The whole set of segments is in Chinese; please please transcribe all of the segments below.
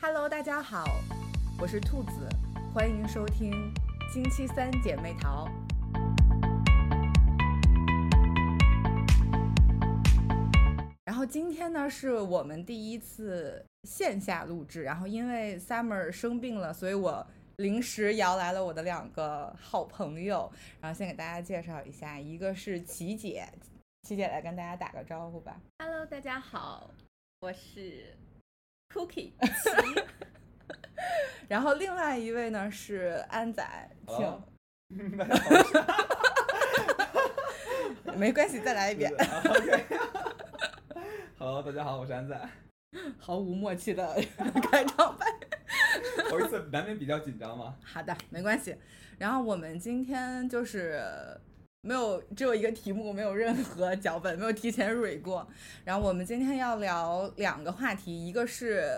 Hello，大家好，我是兔子，欢迎收听星期三姐妹淘。然后今天呢，是我们第一次线下录制。然后因为 Summer 生病了，所以我临时摇来了我的两个好朋友。然后先给大家介绍一下，一个是琪姐，琪姐来跟大家打个招呼吧。 Hello，大家好，我是 Cookie 。然后另外一位呢是安仔，请、 Hello 大家好，我是 没关系，再来一遍。 OK。Hello，大家好，我是安仔。毫无默契的 开场白。我这次难免比较紧张嘛。好的，没关系。然后我们今天就是没有只有一个题目，没有任何脚本，没有提前蕊过。然后我们今天要聊两个话题，一个是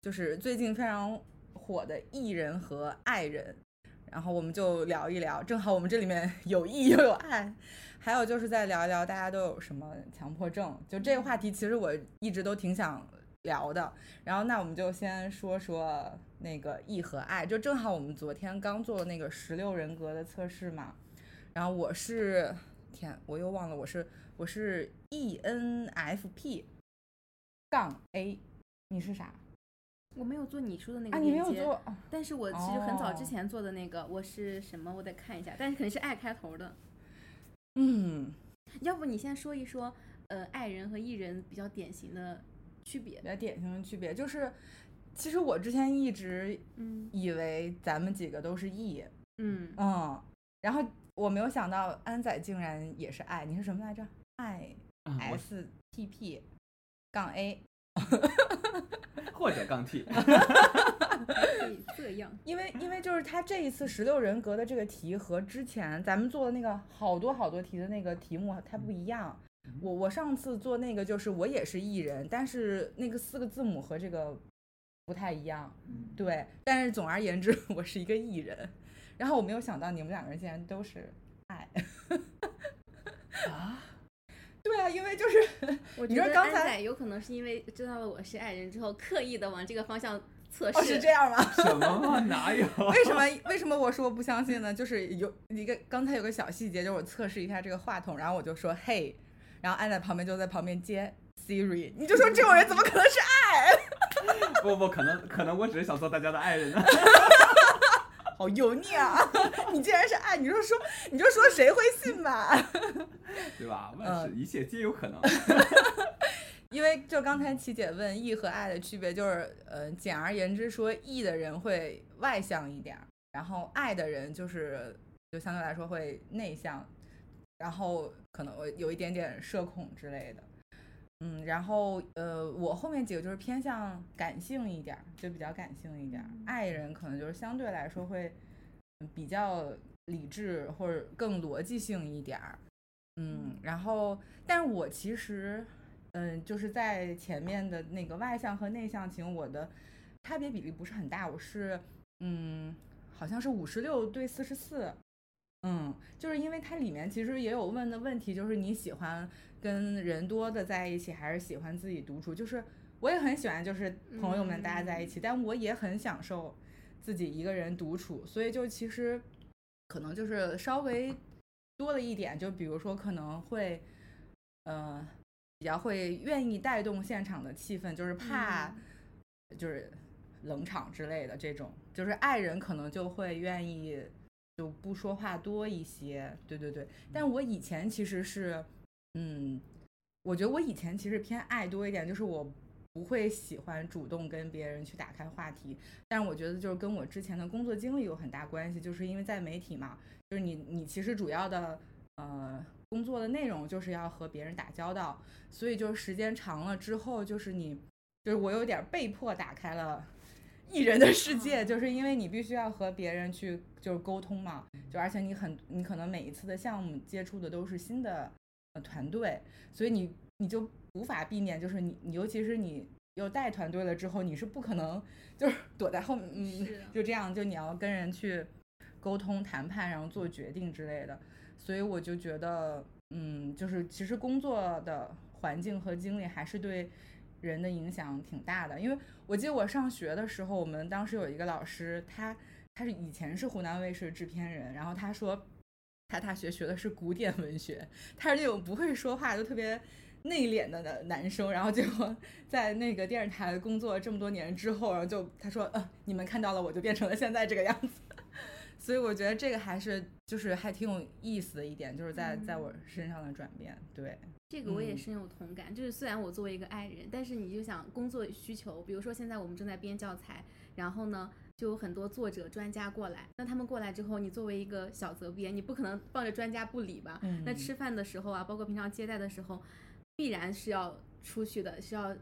就是最近非常火的艺人和爱人。然后我们就聊一聊，正好我们这里面有艺又有爱，还有就是再聊一聊大家都有什么强迫症。就这个话题，其实我一直都挺想聊的。然后那我们就先说说那个艺和爱，就正好我们昨天刚做那个十六人格的测试嘛，然后我是天，我又忘了我是我是 E ENFP 杠 A，你是啥 我没有做你说的那个啊？你没链有接，做，但是我其实很早之哦前做的那个，我是什么？我得看一下，但是肯定是爱开头的。嗯，要不你先说一说，呃，爱人和艺人比较典型的区别比。较典型的区别就是，其实我之前一直嗯以为咱们几个都是 E，嗯，嗯，然后我没有想到安仔竟然也是爱，你是什么来着？爱。S 嗯 T P 杠 A，或者杠 T，可以这 样。因为因为就是他这一次十六人格的这个题和之前咱们做的那个好多好多题的那个题目它不一样。我我上次做那个就是我也是艺人，但是那个四个字母和这个不太一样。对，但是总而言之， 我是一个艺人。然后我没有想到你们两个人竟然都是爱。啊，对啊，因为就是我你觉说得刚安才仔有可能是因为知道了我是爱人之后，刻意的往这个方向测试。哦是这样吗？什么嘛？哪有？ 为什么为什么我说我不相信呢？就是有一个刚才有个小细节，就是我测试一下这个话筒，然后我就说嘿，然后安在旁边就在旁边接 Siri，你就说这种人怎么可能是不不，可能可能我只是想做大家的爱人啊呢。爱？好油腻啊！ 你竟然是爱，你就说你就说谁会信吧？呃对吧？万事一切皆有可能。因为就刚才琪姐问 E 和爱的区别，就是呃，简而言之说 E 的人会外向一点儿，然后爱的人就是就相对来说会内向，然后可能会有一点点社恐之类的。嗯，然后呃，我后面几个就是偏向感性一点儿，就比较感性一点儿。爱人可能就是相对来说会嗯比较理智或者更逻辑性一点儿。嗯，然后，但是我其实，嗯，就是在前面的那个外向和内向型，我的差别比例不是很大，我是嗯，好像是五十六对四十四。嗯，就是因为它里面其实也有问的问题，就是你喜欢跟人多的在一起，还是喜欢自己独处？就是我也很喜欢，就是朋友们大家在一起，但我也很享受自己一个人独处，所以就其实可能就是稍微多了一点，就比如说可能会，呃，比较会愿意带动现场的气氛，就是怕、嗯就是冷场之类的这种，就是爱人可能就会愿意就不说话多一些，对对对。但我以前其实是，嗯，我觉得我以前其实偏爱多一点，就是我不会喜欢主动跟别人去打开话题，但是我觉得就是跟我之前的工作经历有很大关系，就是因为在媒体嘛，就是你你其实主要的呃工作的内容就是要和别人打交道，所以就是时间长了之后，就是你就是我有点被迫打开了。艺人的世界，嗯就是因为你必须要和别人去就是沟通嘛，就而且你很你可能每一次的项目接触的都是新的呃团队，所以你你就无法避免，就是你你尤其是你又带团队了之后，你是不可能就是躲在后面，嗯是，就这样，就你要跟人去沟通、谈判，然后做决定之类的。所以我就觉得，嗯，就是其实工作的环境和经历还是对人的影响挺大的。因为我记得我上学的时候，我们当时有一个老师，他他是以前是湖南卫视制片人，然后他说他大学学的是古典文学，他是那种不会说话就特别。内敛的男男生，然后结果在那个电视台工作这么多年之后，然后就他说，呃，你们看到了我就变成了现在这个样子， 所以我觉得这个还是就是还挺有意思的一点，就是在在我身上的转变，对，这个我也嗯深有同感，就是虽然我作为一个爱人，但是你就想工作需求，比如说现在我们正在编教材，然后呢，就有很多作者专家过来，那他们过来之后，你作为一个小责编，你不可能抱着专家不理吧？嗯那吃饭的时候啊，包括平常接待的时候，必然是要出去的，是要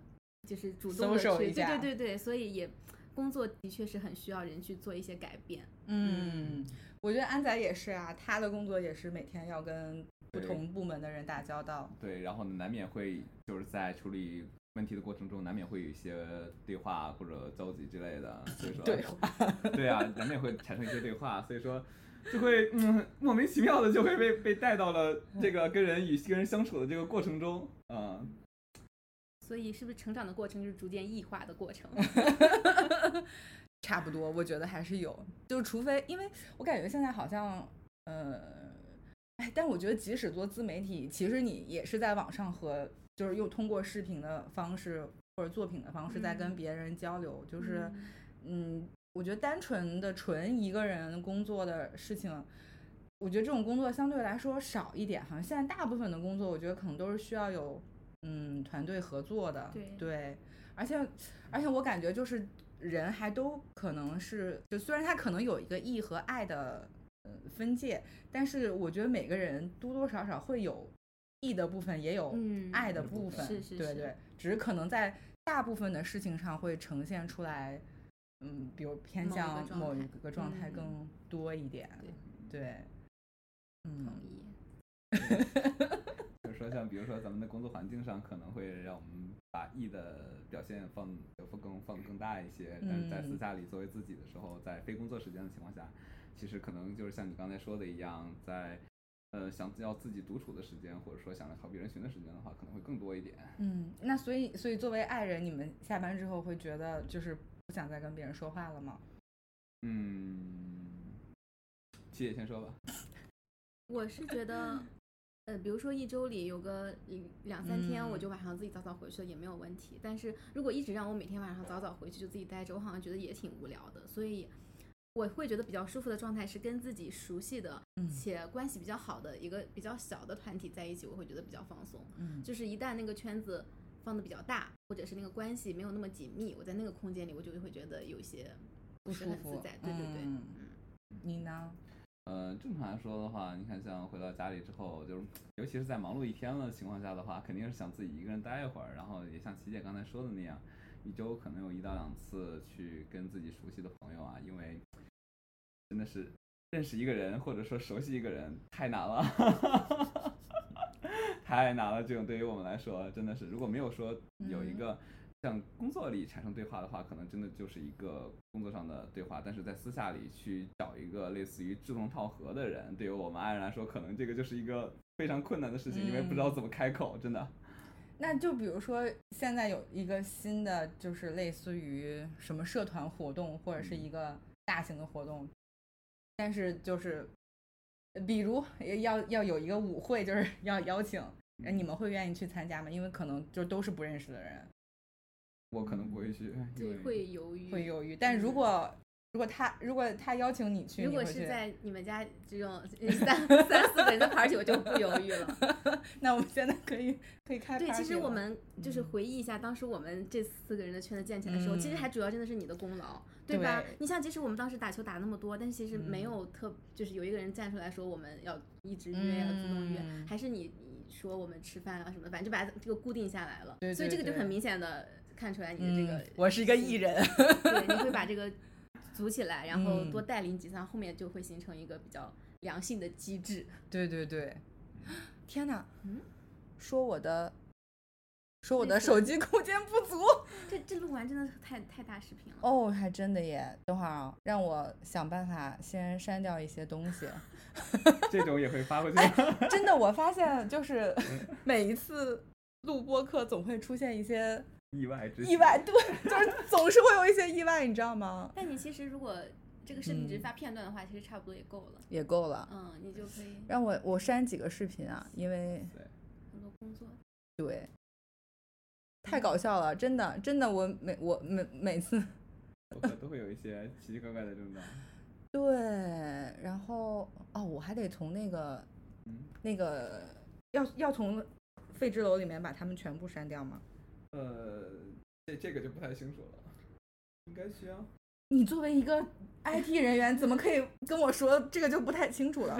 就是主动的 Social 一去，对下对对对，所以也工作的确是很需要人去做一些改变。嗯，我觉得安仔也是啊，他的工作也是每天要跟不对同部门的人打交道，对，然后呢，难免会就是在处理问题的过程中，难免会有一些对话或者交集之类的，所以说，对，对啊，难免会产生一些对话，所以说就会嗯莫名其妙的就会被被带到了这个跟人与跟人相处的这个过程中，嗯，所以是不是成长的过程就是逐渐异化的过程？ 差不多，我觉得还是有，就是除非因为我感觉现在好像，呃，哎，但我觉得即使做自媒体，其实你也是在网上和，就是又通过视频的方式或者作品的方式在跟嗯别人交流， 就是，嗯，我觉得单纯的纯一个人工作的事情。我觉得这种工作相对来说少一点，好像现在大部分的工作，我觉得可能都是需要有嗯团队合作的，对而且而且我感觉就是人还都可能是，就虽然他可能有一个义和爱的呃分界，但是我觉得每个人多多少少会有义的部分，也有嗯，爱的嗯部分，是是对是对，只是可能在大部分的事情上会呈现出来，嗯，比如偏某一个向状某态一个状态嗯更多一点，对，嗯同，意。就是说像比如说咱们的工作环境上，可能会让我们把 E 的表现放放更放更大一些，但是在私嗯下里作为自己的时候，在非工作时间的情况下，其实可能就是像你刚才说的一样，在呃想要自己独处的时间，或者说想要逃避人群的时间的话，可能会更多一点。嗯，那所以所以作为爱人，你们下班之后会觉得就是不想再跟别人说话了吗？嗯，七姐先说吧。我是 觉得，呃，比如说一周里有个嗯两三天，我嗯就晚上自己早早回去了也没有问题。但是如果一直让我每天晚上早早回去就自己待着，我好像觉得也挺无聊的。所以我会觉得比较舒服的状态是跟自己熟悉的嗯且关系比较好的一个比较小的团体在一起，我会觉得比较放松。嗯，就是一旦那个圈子放的比较大，或者是那个关系没有那么紧密，我在那个空间里我就会觉得有些不是舒很自服，在对对对嗯嗯你呢？呃，正常来说的话，你看像回到家里之后，就是尤其是在忙碌一天的情况下的话，肯定是想自己一个人待一会儿，然后也像琪姐刚才说的那样，一周可能有一到两次去跟自己熟悉的朋友啊，因为真的是认识一个人或者说熟悉一个人太难了， 太难了。这种对于我们来说真的是，如果没有说有一嗯个像工作里产生对话的话，可能真的就是一个工作上的对话，但是在私下里去找一个类似于志同道合的人，对于我们爱人来说，可能这个就是一个非常困难的事情，因为不知道嗯怎么开口，真的。那就比如说，现在有一个新的，就是类似于什么社团活动或者嗯是一个大型的活动，但是就是，呃比如要要有一个舞会，就是 要邀请，呃你们会愿意去参加吗？因为可能就都是不认识的人，我可能不会去，因对为会犹豫，会犹豫。但如果如果他如果他邀请你去，嗯如果你会是去在你们家这种呃三三四个人的 party，我就不犹豫了。那我们现在可以可以开对，其 party 实我了们就是嗯回忆一下当时我们这四个人的圈子建起来的时候，其实还主要真的是你的功劳，对吧？嗯对你像，即使我们当时打球打那么多，但其实没嗯有特，就是有一个人站出来说我们要一直约，要自动约，嗯还是你你说我们吃饭啊什么的，反正就把这个固定下来了。对所以对这个就很对明显的看出来你的这嗯个，我是一个艺是人，对，你会把这个组起来，然后嗯多带领几次，后面就会形成一个比较良性的机制。对对对，天哪！嗯说我的，说我为的什手机空间不足这这录完真的是太太大视频了。哦，还真的耶。等会儿啊，让我想办法先删掉一些东 西。这种也会发过去。 嗯真的，我发现就是每一次录播课总会出现一些意外之意外，对，就是总是会有一些意外，你知道吗？但你其实如果这个视频只是嗯发片段的话，其实差不多也够了。也够了。嗯，你就可以让我我删几个视频啊，因为对，很多工作。对，太搞笑了，真的真的，我每我每每次都会都会有一些奇奇怪怪的症状。对，然后哦，我还得从那个嗯，那个要要从废纸篓里面把它们全部删掉吗？呃，这这个就不太清楚了，应该需要。你作为一个 IT 人员，怎么可以跟我说这个就不太清楚了？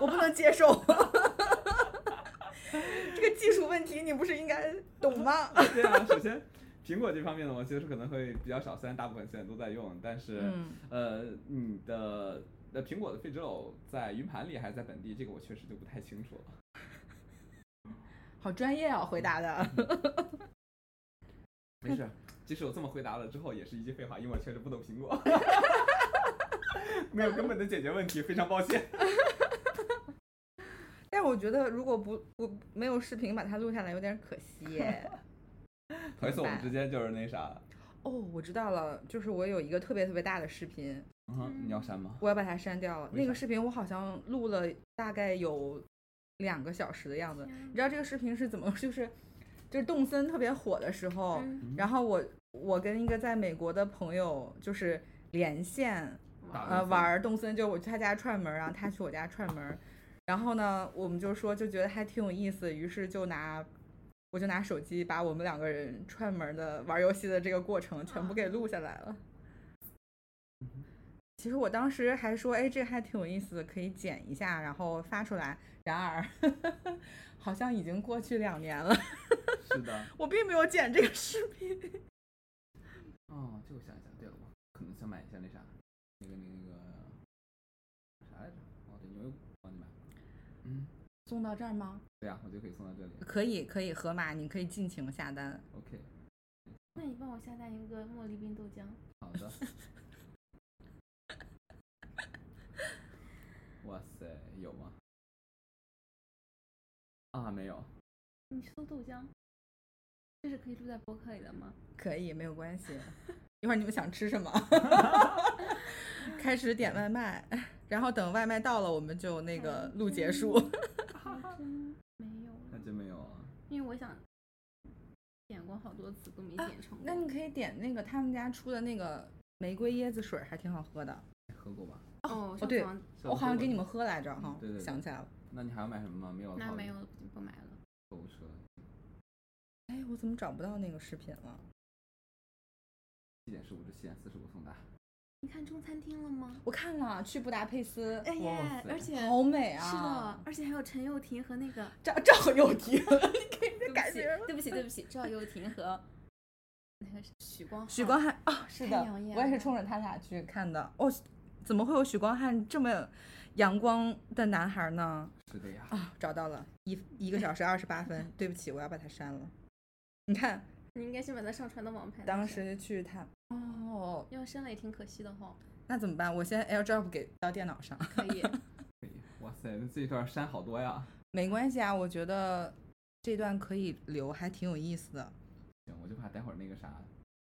我不能接受。 这个技术问题，你不是应该懂吗？对啊，首先苹果这方面呢，我其实可能会比较少，虽然大部分现在都在用，但是、嗯，呃，你的呃苹果的废纸篓在云盘里还是在本地，这个我确实就不太清楚了。好专业啊，回答的。没事儿，即使我这么回答了之后，也是一句废话，因为我确实不懂 苹果，没有根本的解决问题，非常抱歉。但我觉得如果不我没有视频把它录下来，有点可惜 耶。头一次我们之间就是那啥，哦，我知道了，就是我有一个特别特别大的视频，嗯哼，你要删吗？我要把它删掉了。为那啥个视频我好像录了大概有两个小时的样子，你知道这个视频是怎么， 就是就是动森特别火的时候，嗯，嗯然后我我跟一个在美国的朋友就是连线，打呃，动玩儿动森，就是我去他家串门儿，然后他去我家串门儿，然后呢，我们就说就觉得还挺有意思，于是就拿。我就拿手机把我们两个人串门儿的玩儿游戏的这个过程全部给录下来了。嗯其实我当时还说，哎，这还挺有意思的，可以剪一下，然后发出来。然而， 好像已经过去两年了， 是的。我并没有剪这个视频。哦，这我想一想，对了，我可能想买一下那啥，那个那个那个啥来着？哦，对，牛油果忘记买了。嗯，送到这儿吗？对呀、我就可以送到这里。可以，可以，盒马，你可以尽情下单。 OK，那你帮我下单一个茉莉冰豆浆。好的。哇塞，有吗？啊，没有。你搜豆浆，这是可以录在博客里的吗？可以，没有关系。一会儿你们想吃什么， 开始点外卖，然后等外卖到了，我们就那个录结束。 嗯还真没有那了，真没有啊。因为我想点过好多次都没点成啊那功。你可以点那个他们家出的那个玫瑰椰子水儿，还挺好喝的。喝过吧？哦，上对次好像上我次好像喝给过你们喝来着哈，对对对想起来了。那你还要买什么吗？没有的那话没有，不买了。购物车哎，我怎么找不到那个视频了？七点十五至七点四十五送达。你看中餐厅了吗？我看了，去布达佩斯，哎哇呀，塞而且好美啊！是的，，而且还有陈又廷和那个，赵赵又廷，对 不改起名儿，对不起，对不起，赵又廷和那个许光许光汉汉啊，是太的养，眼我也是了冲着他俩去看的。哦，怎么会有许光汉这么阳光的男孩呢？是的呀。啊，找到了，一一个小时二十八分。对不起，我要把它删了。你看，你应该先把它上传到网盘。当时去他哦，要删了也挺可惜的哈。那怎么办？我先 AirDrop 给到电脑上， 可以，可以。哇塞，那这一段删好多呀。没关系啊。我觉得这段可以留，还挺有意思的。行，我就怕待会儿那个啥，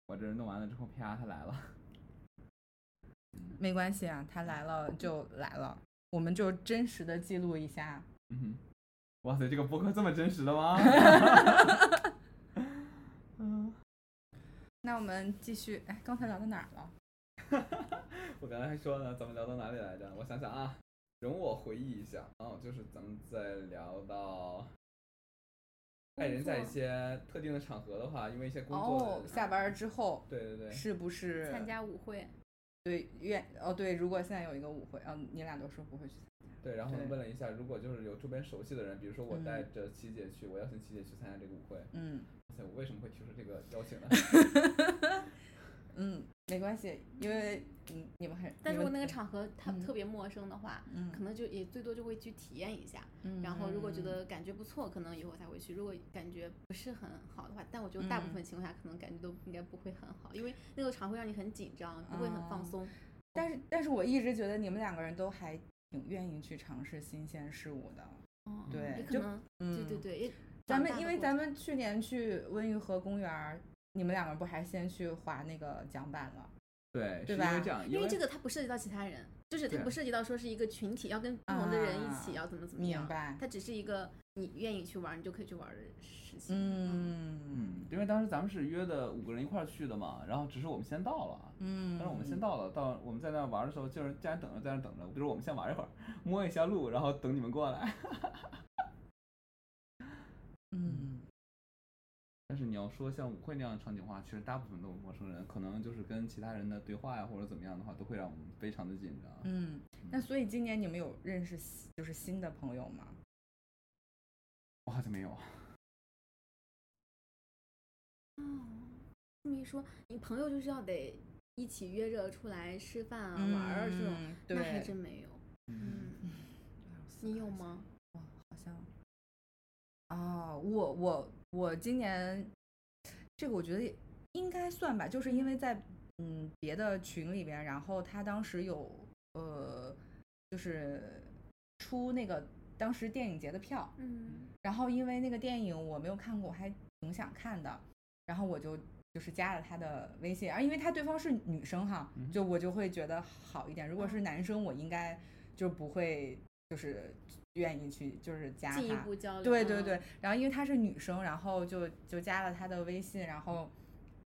我这人弄完了之后，啪，他来了。没关系啊，他来了就来了，我们就真实的记录一下。嗯哼，哇塞，这个博客这么真实的吗？ 嗯，那我们继续，哎，刚才聊到哪儿了？我刚才还说呢，咱们聊到哪里来着？我想想啊，容我回忆一下。哦，就是咱们在聊到爱人在一些特定的场合的话，因为一些工作哦，的，啊下班儿之后对对对，是不是参加舞会，对愿哦对，如果现在有一个舞会，嗯、你俩都说不会去参加，对，然后对问了一下，如果就是有周边熟悉的人，比如说我嗯带着琪姐去，我邀请琪姐去参加这个舞会，哇嗯塞，我为什么会提出这个邀请呢？嗯，没关系，因为嗯你们还，但你是我们那个，场合它嗯特别陌生的话，嗯，可能就也最多就会去体验一下。嗯然后如果觉嗯得感觉不错，可能以后才会去；如果感觉不是很好的话，但我觉得大部嗯分情况下可能感觉都应该不会很好，因为那个场会让你很紧张，不会很放嗯松。但是但是我一直觉得你们两个人都还挺愿意去尝试新鲜事物的，哦对也可就能，嗯，对对。对，也咱长大们的因为过咱程们去年去温榆河公园儿你们两个不还先去划那个桨板了？对，对是因吧为这样，因为为这个它不涉及到其他人，就是它对不涉及到说是一个群体要跟不同的人一起啊要怎么怎么样明，白。它只是一个你愿意去玩儿你就可以去玩儿的事情。啊嗯嗯，因为当时咱们是约的五个人一块儿去的嘛，然后只是我们先到了。啊嗯，但是我们先到了，到我们在那儿玩的时候，就是家人等着，在那儿等着，就是我们先玩一会儿，摸一下路，然后等你们过来。 嗯，但是你要说像舞会那样的场景的话，其实大部分都是陌生人，可能就是跟其他人的对话呀或者怎么样的话，都会让我们非常的紧张。嗯，那所以今年你们有认识新就是新的朋友吗？我好像没有啊，哦，这么一说，你朋友就是要得一起约着出来吃饭啊、玩儿啊这种，嗯那还对，真没有。嗯，嗯，你 有吗？我好像，哦，我我我今年这个我觉得也应该算吧，就是因为在嗯别的群里边，然后他当时有呃就是出那个当时电影节的票，嗯，然后因为那个电影我没有看过，我还挺想看的，然后我就就是加了他的微信，啊，因为他对方是女生哈，嗯就我就会觉得好一点。如果是哦男生，我应该就不会就是愿意去就是加进一他。步交流。对对嗯对，，然后因为她是女生，然后就就加了她的微信，然后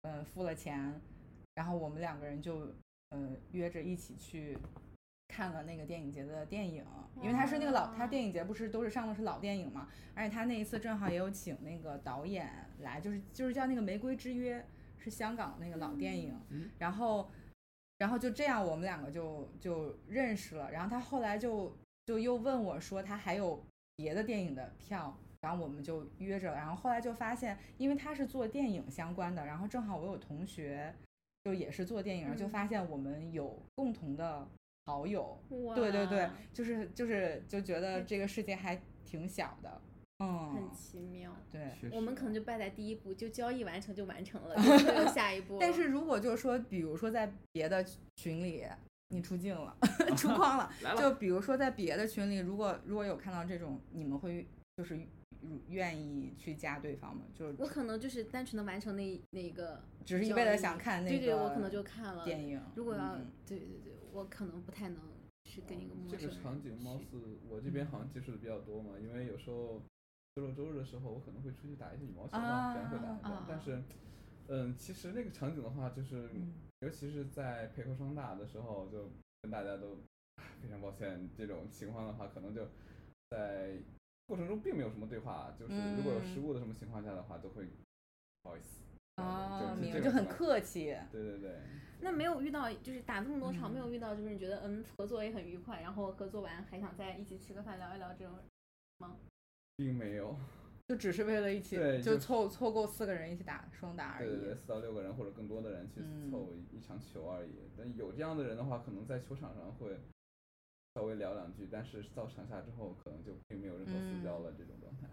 嗯、呃付了钱，然后我们两个人就嗯、呃约着一起去看了那个电影节的电影，因为他是那个老，他哇电影节不是都是上的是老电影嘛，而且他那一次正好也有请那个导演来，就是就是叫那个《玫瑰之约》，是香港那个老电影，嗯然后然后就这样我们两个就就认识了，然后他后来就就又问我说他还有别的电影的票。然后我们就约着，然后后来就发现，因为他是做电影相关的，然后正好我有同学就也是做电影，就嗯发现我们有共同的好友，哇，对对对，就是就是就觉得太这个世界还挺小的，嗯很，奇妙。对。确实我们可能就败在第一步，就交易完成就 完成了，就没有下一步了。但是如果就是说，比如说在别的群里你出镜了、 出框了，来了，就比如说在别的群里，如果如果有看到这种，你们会就是愿意去加对方吗？就是我可能就是单纯的完成那那一个只是一交为了易想看那对对，我可个能就看了。电影。如果要嗯对对对，我可能不太能去跟一个陌这生个人场景，貌去似我这边好像接触的比较多嘛，因为有时候周六周日的时候，我可能会出去打一些羽毛球嘛，可能会打一啊打。但是，嗯，其实那个场景的话，就是嗯尤其是在陪客双打的时候，就跟大家都唉非常抱歉，这种情况的话，可能就在过程中并没有什么对话，就是如果有失嗯误的什么情况下的话，都会不好意思。哦，就明白，就这种很情况客气。对对对，那没有遇到，就是打这么多场，嗯没有遇到，就是你觉得嗯合作也很愉快，然后合作完还想再一起吃个饭聊一聊这种。并没有。就只是为了一起，对就就凑凑够四个人一起打双打而对对已对，。四到六个人或者更多的人去嗯凑一一场球而已。但有这样的人的话，可能在球场上会稍微聊两句，但是到场下之后，可能就并没有任何私交了、这种状态。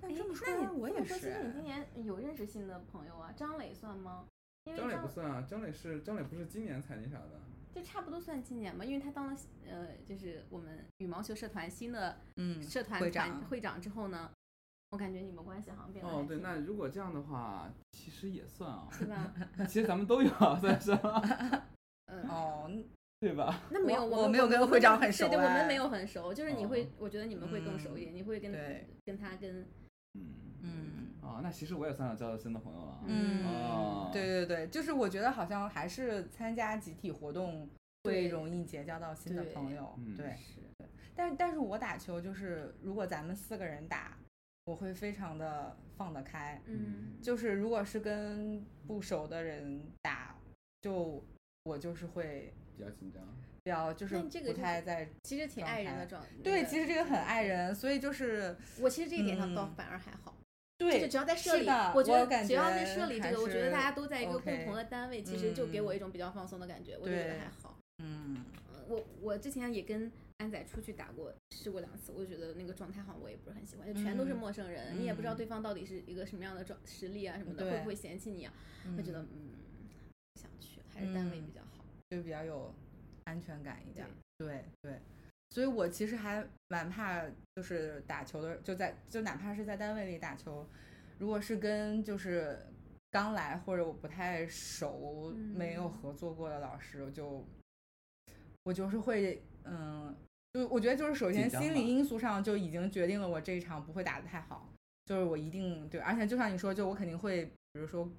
那哎这么说那来，你我这也么说其实你今是。年有认识新的朋友啊？张磊算吗？因为张磊张不算啊，张磊是张磊不是今年才那啥的，就差不多算今年吧，因为他当了呃，就是我们羽毛球社团新的嗯，社团会团长会长之后呢，我感觉你们关系好像变得哦还，对，挺那如果这样的话，其实也算啊。对吧？那其实咱们都有啊，算是啊，嗯，哦，对吧？那没有，我们我没有跟会长很熟对对，我哎嗯们没有很熟，就是你会哦，我觉得你们会更熟一点，你会跟对跟他跟嗯嗯哦，那其实我也算是交到新的朋友了啊。嗯哦，对对对，就是我觉得好像还是参加集体活动会对容易结交到新的朋友对，嗯对。是但但是我打球就是，如果咱们四个人打，我会非常的放得开。嗯。就是如果是跟不熟的人打，就我就是会比较紧张。比较就是那这个不就是太在其实挺状爱人态的状态。对，其实这个很爱。人，所以就是我其实这一点上倒嗯反而还好，就对只要在社是里的，我觉我得感只要觉在社里，这还个我觉得大是家都在一个共 OK 嗯同的单位，其实就给我一种比较放松的感觉，我就觉对得还好。嗯，呃我我之前也跟安仔出去打过，试过两次，我就觉得那个状态好像我也不是很喜欢，就全都是嗯陌生人，你也不知道嗯对方到底是一个什么样的状实力啊什么的，会对不会嫌弃你啊？嗯会觉得嗯不想去，还是单位嗯比较好。就比较有安全感一点儿。对对，所以我其实还蛮怕，就是打球的，就在就哪怕是在单位里打球，如果是跟就是刚来或者我不太熟、嗯没有合作过的老师，我就我就是会嗯，就我觉得就是首先紧张心吧理因素上就已经决定了我这一场不会打得太好，就是我一定对，而且就像你说，就我肯定会比如说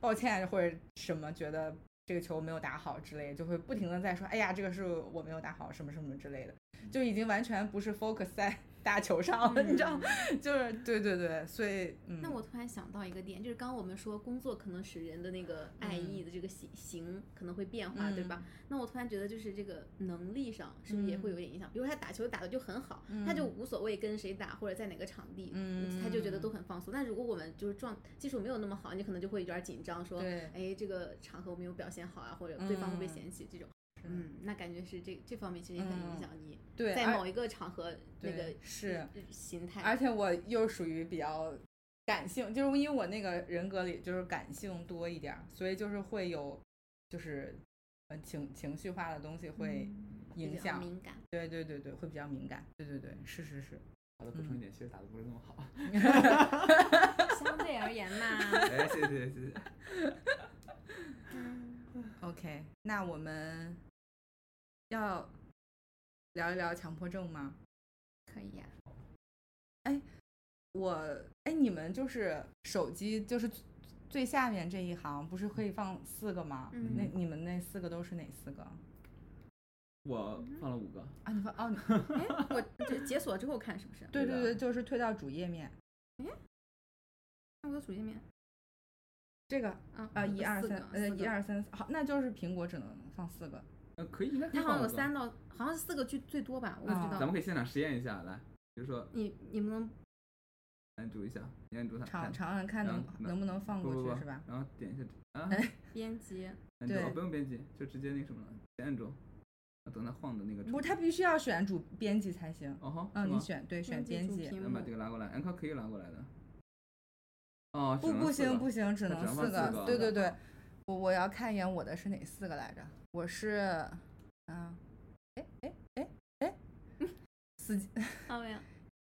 抱歉或者什么，觉得这个球没有打好之类的，就会不停的在说，哎呀，这个是我没有打好，什么什么之类的，嗯就已经完全不是 focus 在 打球上哦了，你知道吗？就是对对对，所以嗯，那我突然想到一个点，就是刚刚我们说工作可能使人的那个爱嗯意的这个形形可能会变化，对吧？那我突然觉得就是这个能力上是不是也会有点影响？比如他打球打的就很好，他就无所谓跟谁打或者在哪个场地，嗯他就觉得都很放松。但如果我们就是状技术没有那么好，你可能就会有点紧张，说对哎这个场合我没有表现好啊，或者对方会被嗯嫌弃这种。是嗯，那感觉是这这方面其实也很影嗯响你对在而某一个场合那对个是形态，而且我又属于比较感性，就是因为我那个人格里就是感性多一点儿，所以就是会有就是呃情情绪化的东西会嗯比影较响，敏感。对对对对，会比较敏感，对对对，是是是，好的，补充一点，其实打的不是那么好。 相对而言 嘛，哎，谢谢谢谢谢谢。 OK，那我们要聊一聊强迫症吗？可以呀、啊我哎，你们就是手机就是最最下面这一行不是可以放四个吗？嗯那你们那四个都是哪四个 我放了五个，啊？你放哦，你哎，我这解锁之后看是不是？对对对的对，就是退到主页面看我的主页面这个啊啊，一二三，呃，一。有四个四个二三四，好，那就是苹果只能放四个。呃，可以，应该可以它好放像五有个。三到，好像是四个最最多吧，我不知啊咱道。们可以现场实验一下，来，比如说你你们能按住一下，你按住它，尝看尝尝看能嗯那能不能放不过不不去是吧？？然后点一下 啊，编辑？按住，对哦不用编辑，就直接那个什么了，先按住，啊等它晃的那个。不，他必须要选主编辑才行。哦吼，嗯，是你吗？选对选编编辑主辑，屏能把幕这个拉过来，按靠可以拉过来的。哦，只不能不四行个不行，只它能只能放四四个对对对好，我我要看一眼我的是哪四个来着？我是，嗯，哎哎哎哎，司机，哦没有。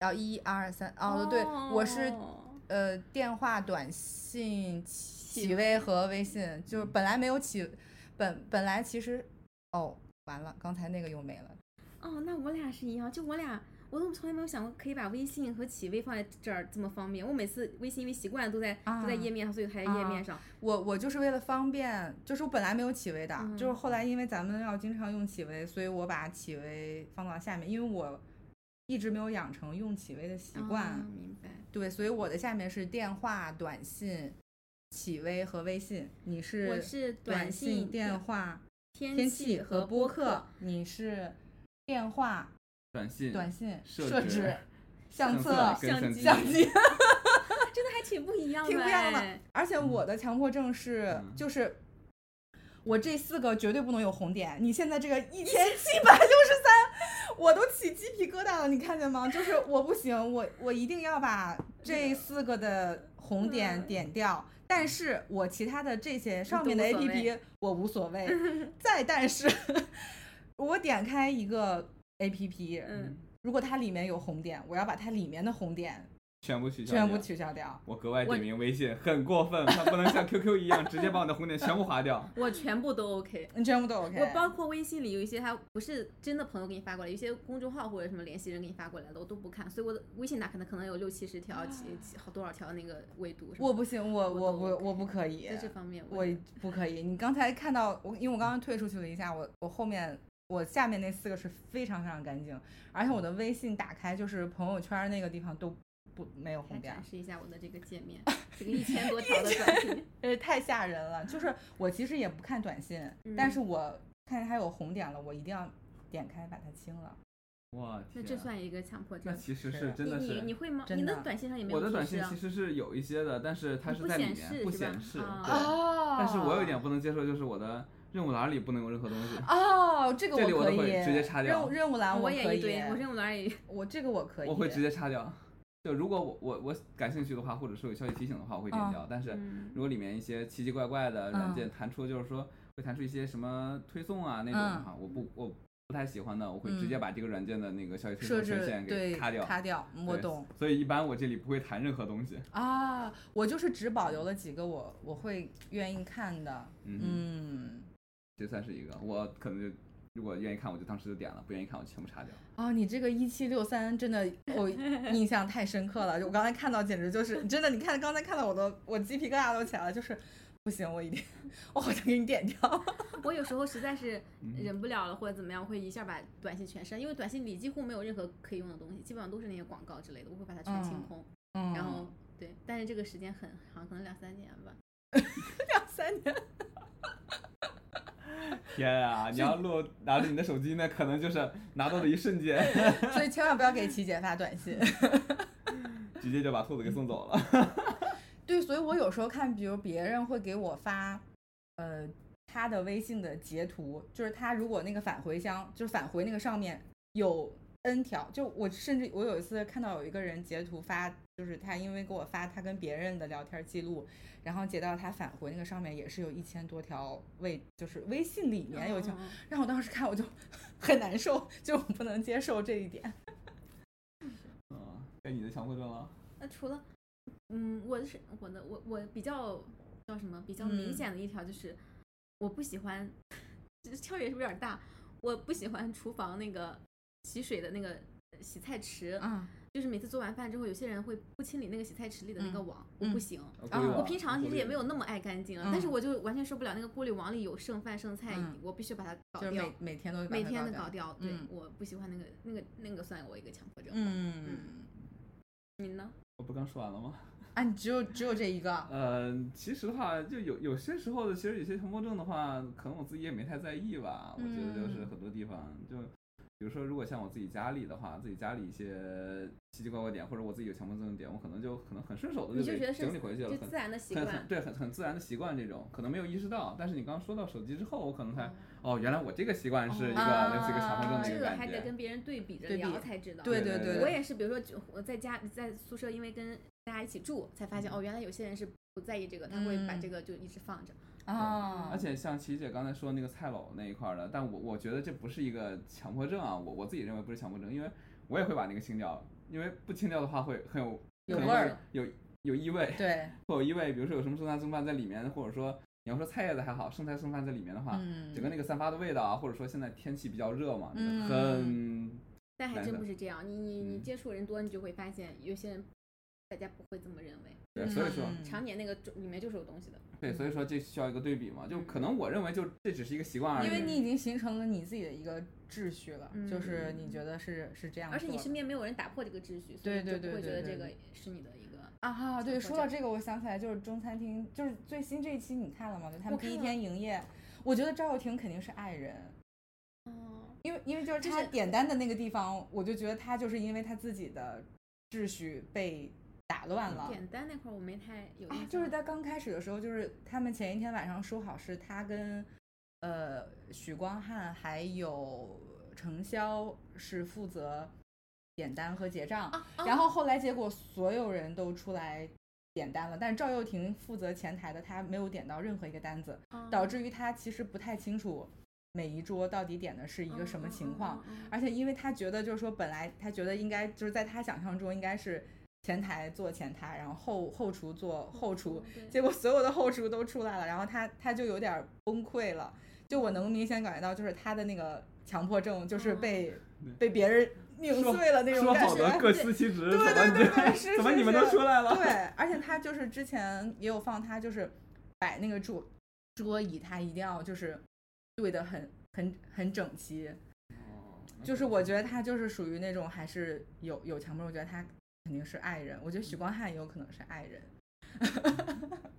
然后一二三，哦对，我是哦呃，电话、短信、企微和微信，嗯就是本来没有企，本本来其实，哦，完了，刚才那个又没了。哦，那我俩是一样，就我俩，我都从来没有想过可以把微信和企微放在这儿这么方便。我每次微信因为习惯都在都啊在页面上，所以还在页面啊上。我我就是为了方便，就是我本来没有企微的，嗯就是后来因为咱们要经常用企微，所以我把企微放到下面，因为我一直没有养成用企微的习惯，啊明白。对，所以我的下面是电话、短信、企微和微信。你是我是短信、电话、天天气气和和播播客客，，你是电话。短信短信嗯设设置置、相册册、跟相相机相机，真的还挺不一样的，哎挺不一样的嘛。而且我的强迫症是，嗯就是我这四个绝对不能有红点。你现在这个一千七百六十三，我都起鸡皮疙瘩了，你看见吗？就是我不行，我我一定要把这四个的红点嗯点掉。但是我其他的这些上面的都无所 A P 谓 P 我无所 谓，再但是我点开一个 A P P，嗯，如果它里面有红点，我要把它里面的红点 全部取消，全部。取消掉。我格外我点名微信，很过分，它不能像 QQ 一样直接把我的红点全部划掉。我全部都 OK。你全部都 OK。我包括微信里有一些他不是真的朋友给你发过来，有些公众号或者什么联系人给你发过来的，我都不看，所以我的微信打可能可能有六七十条、几几好多少条那个未读什么的。啊我不行，我我我不都 OK 我不可以在，这方面我不可以。你刚才看到我，因为我刚刚退出去了一下，我我后面我下面那四个是非常非常干净，而且我的微信打开就是朋友圈那个地方都不没有来红点展，示一下我的这个界 面，这个一千多条的短信，呃，太吓人了。 就是我其实也不看短信，但是我看见它有红点了，我一定要点开把它清了。我那天，啊这算一个强迫那症。其实是是啊真的你你你是。会吗？真你的的短信上也没有我的提短示信啊其实是有一些的，但是它你是不在里显面示不是吧显示。啊对，哦但是我有一点不能接受，就是我的任务栏里不能有任何东啊西。哦，这个这里我可都会以直接擦掉任务任务栏我啊可也以一，堆，我任务栏也我这个我可以，我会直接擦掉。就如果我我我感兴趣的话，或者是有消息提醒的话，我会点嗯掉。但是嗯如果里面一些奇奇怪怪的软嗯嗯件弹出，就是说会弹出一些什么推送啊那种的话，我不我不太喜欢的，我会直接把这个软件的那个消息推设送置权限给对卡掉。卡掉，我对懂。所以一般我这里不会谈任何东西。啊，我就是只保留了几个我我会愿意看的，嗯哼，嗯，这算是一个，我可能就如果愿意看我就当时就点了，不愿意看我全部叉掉。啊，你这个一七六三真的我印象太深刻了，就我刚才看到简直就是真的，你看刚才看到我都我鸡皮疙瘩都起来了，就是不行，我一定 我好想给你点掉，我有时候实在是嗯忍不了了，或者怎么样，我会一下把短信全删，因为短信里几乎没有任何可以用的东西，基本上都是那些广告之类的，我会把它全清嗯空。嗯，然后对，但是这个时间很长，可能两三年吧。两啊三年，天 啊！你要录拿着你的手机那可能就是拿到的一瞬 间，所以千万不要给琪姐发短信。直接就把兔子给送走了。对，所以我有时候看，比如别人会给我发，呃，他的微信的截图，就是他如果那个返回箱，就是返回那个上面有 N 条，就我甚至我有一次看到有一个人截图发，就是他因为给我发他跟别人的聊天记录，然后截到他返回那个上面也是有一千多条微，就是微信里面有一条，嗯嗯嗯让我当时看我就 很难受，就我不能接受这一点。嗯，该你的强迫症了。那除了，嗯，我是我的我我比较叫什么比较明嗯显的一条就是，我不喜欢，这跳跃是不是有点大？我不喜欢厨房那个洗水的那个洗菜池，嗯，就是每次做完饭之后，有些人会不清理那个洗菜池里的那个嗯网，嗯我不行。我啊故意的我平常其实也没有故意那么爱干净了，啊但是嗯我就完全受不了那个锅里网里有剩饭剩菜，嗯我必须把它搞就是每掉，每天都把每它天搞的掉搞掉。对嗯，我不喜欢那个那个那个算我一个强迫症。，嗯。你呢？我不刚说完了吗？啊，你只有只有这一个，呃，其实的话，就有有些时候的，其实有些强迫症的话，可能我自己也没太在意吧。我觉得就是嗯很多地方，就比如说，如果像我自己家里的话，自己家里一些奇奇怪怪点，或者我自己有强迫症的点，我可能就可能很顺手的你就给觉得是整理回去了，就很自然的习很惯。很对，很很自然的习惯这种，可能没有意识到。但是你刚说到手机之后，我可能才嗯哦，原来我这个习惯是一个哦类似一个强迫症的一这个个感还得觉。跟别人对比着对比聊才知道。对对对，我也是，比如说就我在家在宿舍，因为跟大家一起住，才发现哦，原来有些人是不在意这个，他会把嗯这个就一直放着。啊，而且像琪姐刚才说那个菜篓那一块儿的，但我我觉得这不是一个强迫症啊，我我自己认为不是强迫症，因为我也会把那个清掉，因为不清掉的话会很有有很味儿，有有异味，对，会有异味。比如说有什么剩菜剩饭在里面，或者说你要说菜叶子还好，剩菜剩饭在里面的话，嗯，整个那个散发的味道啊，或者说现在天气比较热嘛，嗯很但还难真的不是这样，你你你嗯接触人多，你就会发现有些人大家不会这么认为，对，所以说嗯常年那个中里面就是有东西的。对，所以说这需要一个对比嘛，就可能我认为就这只是一个习惯而已，因为你已经形成了你自己的一个秩序了，嗯就是你觉得是是这样做而的，且你身边没有人打破这个秩序，所对以你就对不对会觉对得这对个是你的一个。啊哈，对，强说迫到这个，我想起来就是中餐厅，就是最新这一期你看了吗？就他我们第一看天营业，我觉得赵又廷肯定是爱人。哦，因为因为就是就他是点单的那个地方，我就觉得他就是因为他自己的秩序被打乱了，点单那块儿我没太有印啊象，，就是在刚开始的时候，就是他们前一天晚上说好是他跟呃许光汉还有程潇是负责点单和结账，啊啊然后后来结果所有人都出来。点单了，但是赵又廷负责前台的，他没有点到任何一个单子，啊导致于他其实不太清楚每一桌到底点的是一个什么情况。。嗯嗯嗯嗯嗯而且因为他觉得就是说，本来他觉得应该就是在他想象中应该是前台做前台，然后后后厨做后厨，嗯对结果所有的后厨都出来了，然后他他就有点儿崩溃了。就我能明显感觉到，就是他的那个强迫症，就是被、被别人拧哦说碎了那种说感好的觉。各司其职，怎对么对你对对，是怎么是你们是都出来了？对，而且他就是之前也有放他就是摆那个桌桌椅，他一定要就是对的很很很整齐，就是我觉得他就是属于那种还是有有强迫症，我觉得他肯定是爱人。我觉得许光汉也有可能是爱人。嗯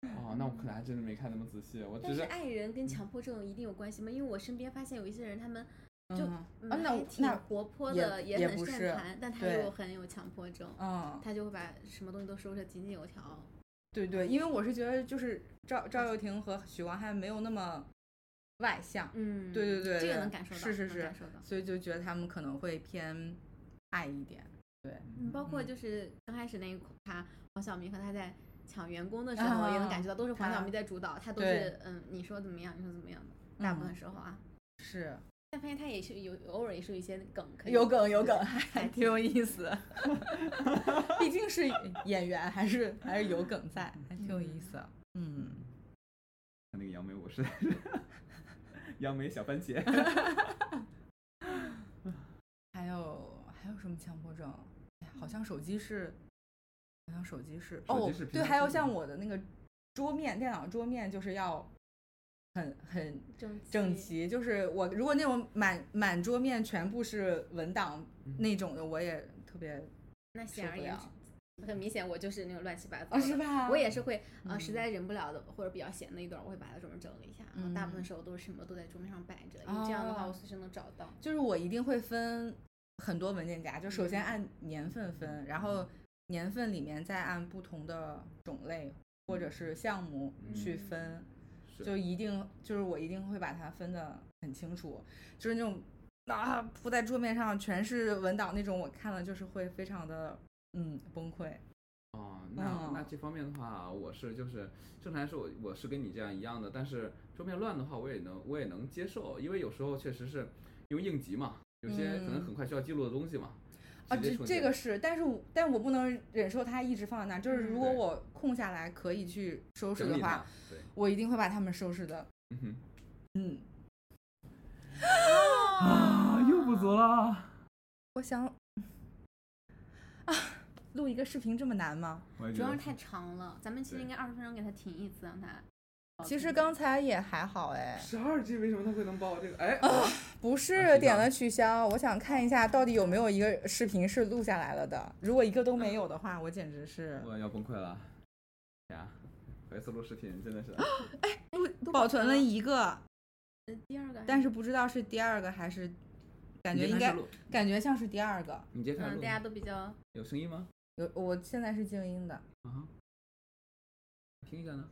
哦，那我可能还真的没看那么仔细，我只但是是爱人跟强迫症一定有关系吗？因为我身边发现有一些人，他们就嗯嗯嗯啊那还我挺那活泼也的，也也很不善是谈，但他对又很有强迫症，嗯，他就会把什么东西都收拾得井井有条。对对，因为我是觉得就是赵赵又廷和许光汉没有那么外向，嗯，对对对这个对能感受到，是是能是感受到。所以就觉得他们可能会偏爱一点。嗯，包括嗯就是刚开始那一趴，黄晓明和他在抢员工的时候，也能感觉到都是黄晓啊他明在主导，他都嗯对嗯是嗯，你说怎么样，你说怎么样的，大部分时候啊，是，但发现它也是有偶尔也是有一些梗可以有梗有梗，对还 挺有意思。毕竟是演员，还是还是有梗在，还挺有意思的。嗯，那个杨梅，我实在是 杨梅小 番茄。还有还有什么强迫症？哎呀好像手机是，好像手机是手哦机是，平对，常还有是像我的那个桌面，电脑桌面就是要很很整整齐，就是我如果那种满满桌面全部是文档嗯那种的，我也特别那受显而不言了之，很明显我就是那种乱七八糟哦，的，是吧？我也是会啊、嗯实在忍不了的，或者比较闲的一段，我会把它专门整理一下。然后大嗯部分时候都是什么都在桌面上摆着，因为这样的话哦我随时能找到。就是我一定会分很多文件夹，就首嗯先按年份分，然后年份里面再按不同的种类或者是项目去嗯分，嗯是就一定就是我一定会把它分得很清楚，就是那种啊铺在桌面上全是文档那种，我看了就是会非常的嗯崩溃。哦，那那嗯这方面的话，我是就是正常来说，我我是跟你这样一样的，但是桌面乱的话，我也能我也能接受，因为有时候确实是因为应急嘛，有些可能嗯很快需要记录的东西嘛。啊，直接这冲这进个来是，但是我但我不能忍受它一直放在那儿。就是嗯如果对我空下来可以去收拾整的理话它，，对，我一定会把它们收拾的。嗯哼。嗯，啊，又不足了。我想啊，录一个视频这么难吗？我也主觉要得是是太长了，咱们其实对应该二十分钟给它停一次，让它啊好听。其实刚才也还好哎，十二 G 为什么它会能把我这个？哎，不啊是是点的了取消，我想看一下到底有没有一个视频是录下来了的。如果一个都没有的话，我简直是我要崩溃了。呀，有一次录视频真的是都保保存存了了一个，呃第二个还，但是不知道是第二个还是，感你觉直应接开始该录感觉像是第二个。你直接开始嗯，录大家都比较有声音吗？有，我现在是静音的。啊，听一下呢。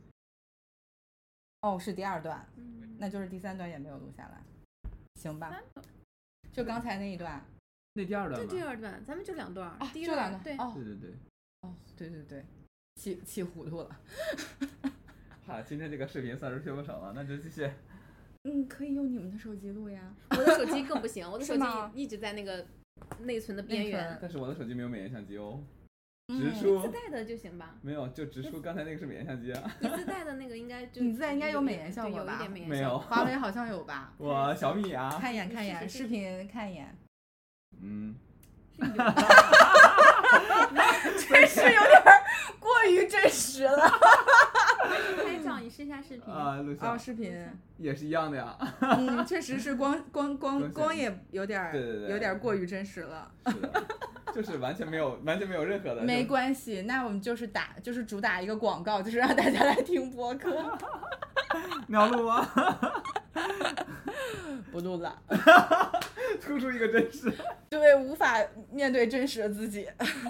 哦，是第二段，嗯，那就是第三段也没有录下来，行吧？三个就刚才那一段那第二段就吧。第二段，咱们就两段儿，啊，第一就两段段，对， 哦对对对。哦，对对对，气气糊涂了。好，今天这个视频算是缺不少啊了，那就继续。嗯，可以用你们的手机录呀。我的手机更不行，我的是手机吗一直在那个内存的内边存缘，但是我的手机没有美颜相机哦，直嗯，说自带的就行吧。没有，就直说刚才那个是美颜相机啊，你自带的那个 应该就你自带应该有美颜对效果吧有一点美颜没效有？果。华为好像有吧我小米啊，看一眼，是看一是眼，是视频看一眼，嗯，是有的真是有点儿 过于真实了。拍照，你试一下视频。 啊，录啊，像视频， 也是一样的呀，嗯，确实是光光光光光线也有点儿对对对有点儿过于真实了。是的，就是完全没有，完全没有任何的，没就关系，那我们就是打，就是主打一个广告，就是让大家来听播客。 你要录吗？不录了，突出一个真实，对，无法面对真实的自己，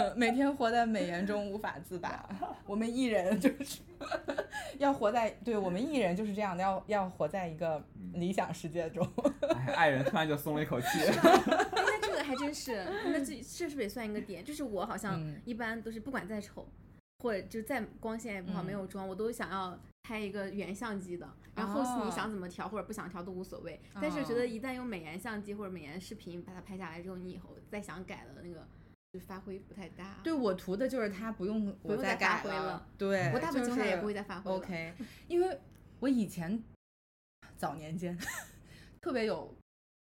每天活在美颜中无法自拔。我们艺人就是 要活在，对我们艺人就是这样的，要要活在一个理想世界中。哎，爱人突然就松了 一口气，哎，那这个还真是，那这这是不是也算一个点？就是我好像嗯一般都是不管再丑，或者就再光线也不好，嗯没有妆，我都想要拍一个原相机的。然后后期哦你想怎么调或者不想调都无所谓。但是觉哦得一旦用美颜相机或者美颜视频把它拍下来之后，你以后再想改的那个就发挥不太大。对，我图的就是他不用不我用再改发挥了对，我大部分就情况下也是不会再发挥了。 OK，因为我以前早年间特别有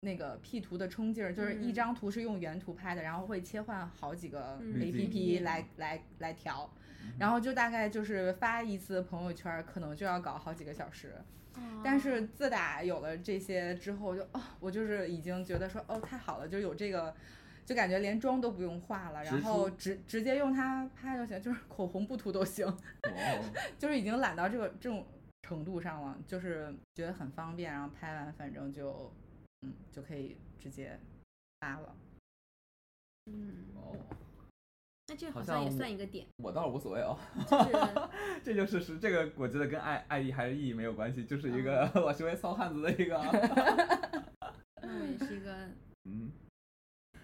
那个 P 图的冲劲儿，就是一嗯张图是用原图拍的，然后会切换好几个嗯滤镜 APP 来来来调，嗯然后就大概就是发一次朋友圈儿，可能就要搞好几个小时。哦但是自打有了这些之后就，哦，我就是已经觉得说，哦，太好了，就有这个，就感觉连妆都不用化了，然直后出直直接用它拍就行，就是口红不涂都行，哦，就是已经懒到这个这种程度上了，就是觉得很方便，然后拍完反正就，嗯，就可以直接发了。嗯，哦，那这好好像也像算一个 点，我倒是无所谓哦，就是 这就是是这个，我觉得跟爱爱意还是意义没有关系，就是一啊个 我是为糙汉子的 一个啊，那我也是一个嗯，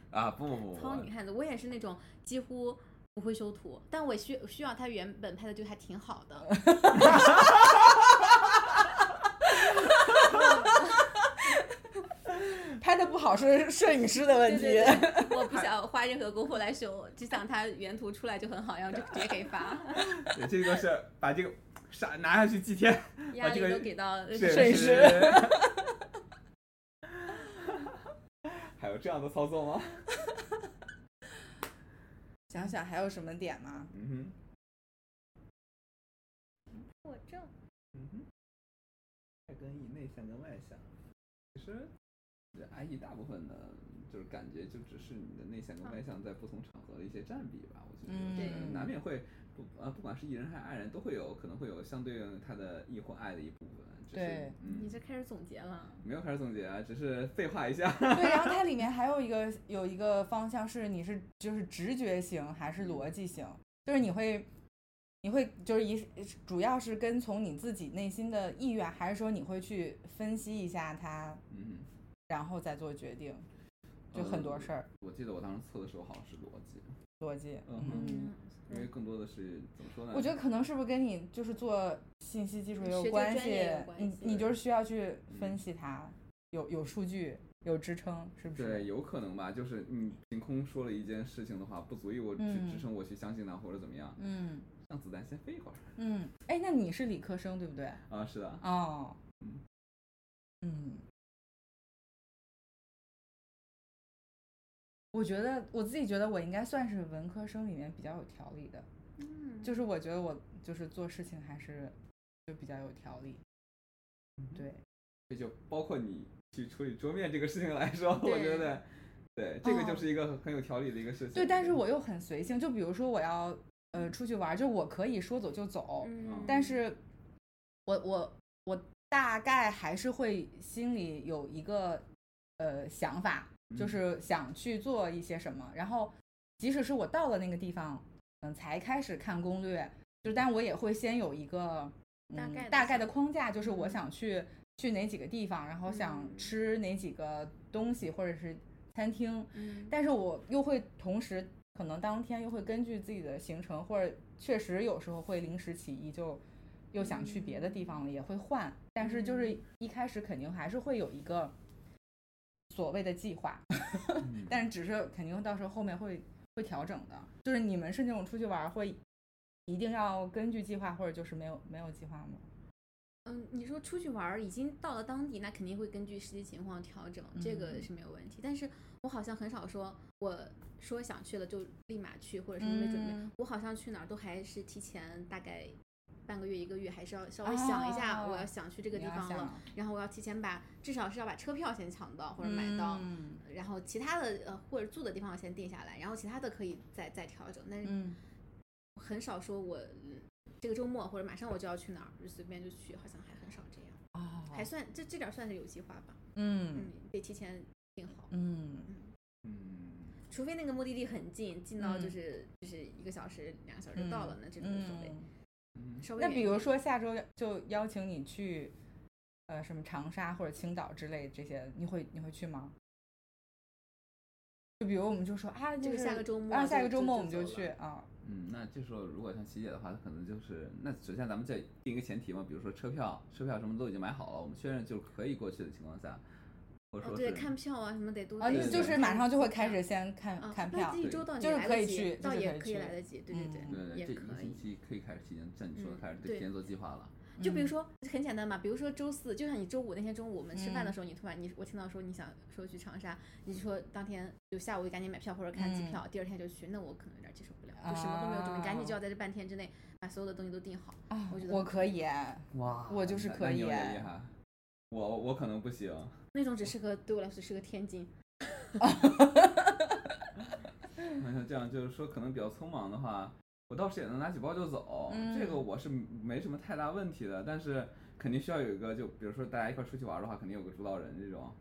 啊不不不不糙不女，汉子，我也是那种几乎不会修图，但我需需要他原本拍的就还挺好的。拍的的不好是摄影师的问对题。对对，我不想花任何功夫来修，只想它原图出来就很好，然后就直接给发，对，这个是把这个啥拿下去祭天，压这力个都给到 摄影师影师。还有这样的操作吗？想想还有什么点 吗？嗯哼，我正嗯哼，外跟意内向跟外向，其实阿姨大部分的，就是感觉就只是你的内向跟外向在不同场合的一些占比吧。我觉嗯得就是对难免会不呃，不管是艺人还是爱人，都会有可能会有相对应他的意或爱的一部分。只是对，你嗯，这开始总结了，没有开始总结啊，只是废话一下。 对，然后它里面还有一个有一个方向是你是就是直觉型还是逻辑型，就是你会你会就是一主要是跟从你自己内心的意愿，还是说你会去分析一下它，嗯哼。然后再做决定，就很多事儿、我记得我当时测的时候好像是逻辑，逻辑。嗯哼嗯，因为更多的是怎么说呢？我觉得可能是不是跟你就是做信息技术也有学习关专系业也有，关你系你就是需要去分嗯析它，有有数据有支撑，是不是？对，有可能吧。就是你凭空说了一件事情的话，不足以我支嗯支撑我去相信它或者怎么样。嗯让子弹先飞一会儿。嗯，哎，那你是理科生对不对？啊，是的，哦嗯，嗯，我觉得我自己觉得我应该算是文科生里面比较有条理的，嗯，就是我觉得我就是做事情还是就比较有条理。对，这就包括你去处理桌面这个事情来说，我觉对得，对，这个哦就是一个很很有条理的一个事情。对，但是我又很随性，就比如说我要呃出去玩儿，就我可以说走就走，嗯，但是我我我大概还是会心里有一个呃想法，就嗯是想去做一些什么，然后即使是我到了那个地方，嗯，才开始看攻略，就但我也会先有一个嗯大概的大概的想框架，就是我嗯想去去哪几个地方，然后想嗯吃哪几个东西或者是餐厅，嗯，但是我又会同时，可能当天又会根据自己的行程，或者确实有时候会临时起意，就又想嗯去别的地方了，也会换。但是就是一开始肯定还是会有一个所谓的计划，嗯，但是只是肯定到时候后面会会调整的。就是你们是那种出去玩儿会一定要根据计划，或者就是没有没有计划吗？嗯，你说出去玩儿已经到了当地，那肯定会根据实际情况调整，这个嗯是没有问题。但是我好像很少说，我说想去了就立马去，或者什么没准备。嗯我好像去哪儿都还是提前大概半个月一个月，还是要稍微想一下，我啊要想去这个你地要方想了，然后我要提前把至少是要把车票先抢到或者买到。嗯然后其他的呃或者住的地方我先定下来，然后其他的可以再再调整，但是嗯很少说我嗯这个周末或者马上我就要去哪儿，就随便就去，好像还很少这样，哦，还算这这点儿算是有计划吧，嗯嗯，得提前定好，嗯嗯，嗯，除非那个目的地很近，近到就嗯是、就是一个小时两个小时就到了，那这种无所谓。嗯嗯稍微那远比一如点说下周就邀请你去，呃，什么长沙或者青岛之类这些，你会你会去吗？就比如我们就说啊，就是下个周末啊，下就个周就末就我们就走去了啊，嗯，那这时候如果像琪姐的话，她可能就是那首先咱们再定一个前提嘛，比如说车票、车票什么都已经买好了，我们确认就是可以过去的情况下，或者哦，说对，是看票啊什么得多啊，得那对就对是对马上就会看开始票先看啊看那票这，一对周到你就是来可得以及去倒就是可也以可以去来得及，对对对，嗯对对，也这一个可以星。期可以开始提前，像你说的嗯开始对提前做计划了。就比如嗯说很简单嘛，比如说周四，就像你周五那天中午我们吃嗯饭的时候，你突然你我听到说你想说去长沙，你说当天就下午就赶紧买票或者看机嗯票，第二天就去，那我可能有点接受不了，就什么都没有准备，赶紧就要在这半天之内把所有的东西都定好。啊我觉，得我可以，哇我就是那可那你以有点哎厉害，我我可能不行。那哦种只适合对我来说只适合天津，那 像这样就是说，可能比较匆忙的话，我倒是也能拿起包就走，这个嗯我是没什么太大问题的。但是肯定需要有一个，就比如说大家一块儿出去玩儿的话，肯定有个主导人这种。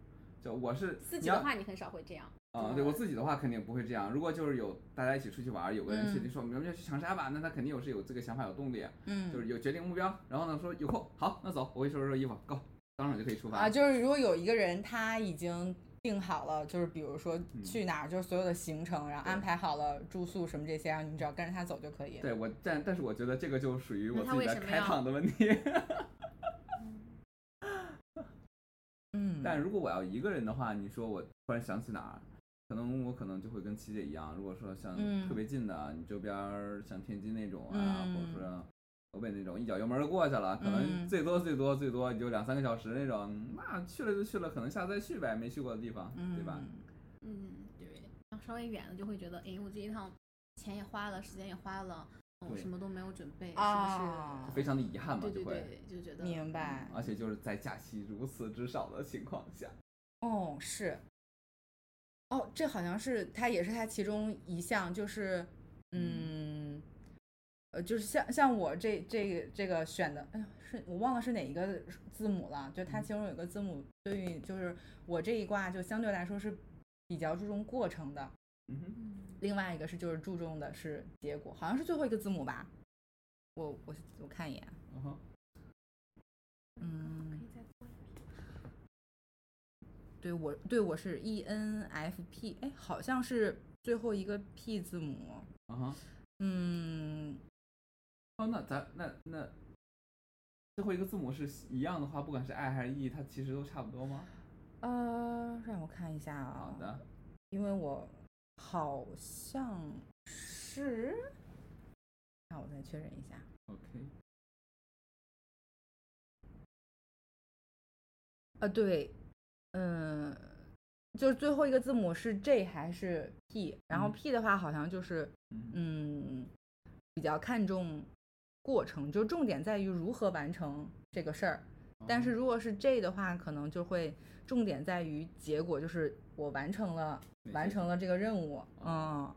就我是自你己要的话你很少会这样。啊、嗯对我自己的话肯定不会这样。如果就是有大家一起出去玩儿，有个人确嗯定说我们要不要去长沙吧，那他肯定有是有这个想法、有动力，嗯，就是有决定目标。然后呢说有空，好，那走，我去收拾收拾衣服，go，当场就可以出发。啊，就是如果有一个人他已经定好了，就是比如说嗯去哪儿，就是所有的行程，然后安对排好了住宿什么这些，然后你只要跟着他走就可以。对我，但但是我觉得这个就属于那我他自为己的什么开要场的问题。嗯，嗯但如果我要一个人的话，你说我突然想起哪儿，可能我可能就会跟琪姐一样，如果说像嗯特别近的，你周边儿像天津那种啊，或嗯者说河北那种，一脚油门儿就过去了，可嗯能最多最多最多也就两三个小时那种，那去了就去了，可能下次再去呗，没去过的地方，对吧？嗯嗯，对。然后稍微远了就会觉得，哎，我这一趟钱也花了，时间也花了，我、对什么都没有准备，啊是不非是？常的遗憾嘛，对就对会。对，就觉得明白。而且就是在假期如此之少的情况下，哦，是。哦，这好像是它也是它其中一项，就是嗯，呃，就是像像我这这个这个选的，哎呀，是我忘了是哪一个字母了，就它其中有一个字母对于就是我这一卦就相对来说是比较注重过程的，嗯哼，嗯另外一个是就是注重的是结果，好像是最后一个字母吧，我我我看一眼，嗯哼，嗯可。以再做一遍对我对我是 E N F P，哎，好像是最后一个 P 字母。嗯哼，嗯，哦，那咱那那最后一个字母是一样的话，不管是 i 还是 e，它其实都差不多吗？呃，让我看一下啊好，的，因为我好像是，让我再确认一下。 OK，啊，对，嗯，就是最后一个字母是 J 还是 P？然后嗯 P 的话，好像就是嗯嗯，比较看重过程，就重点在于如何完成这个事儿。但是哦如果是 J 的话，可能就会重点在于结果，就是我完成了对完这成了这个任务。嗯，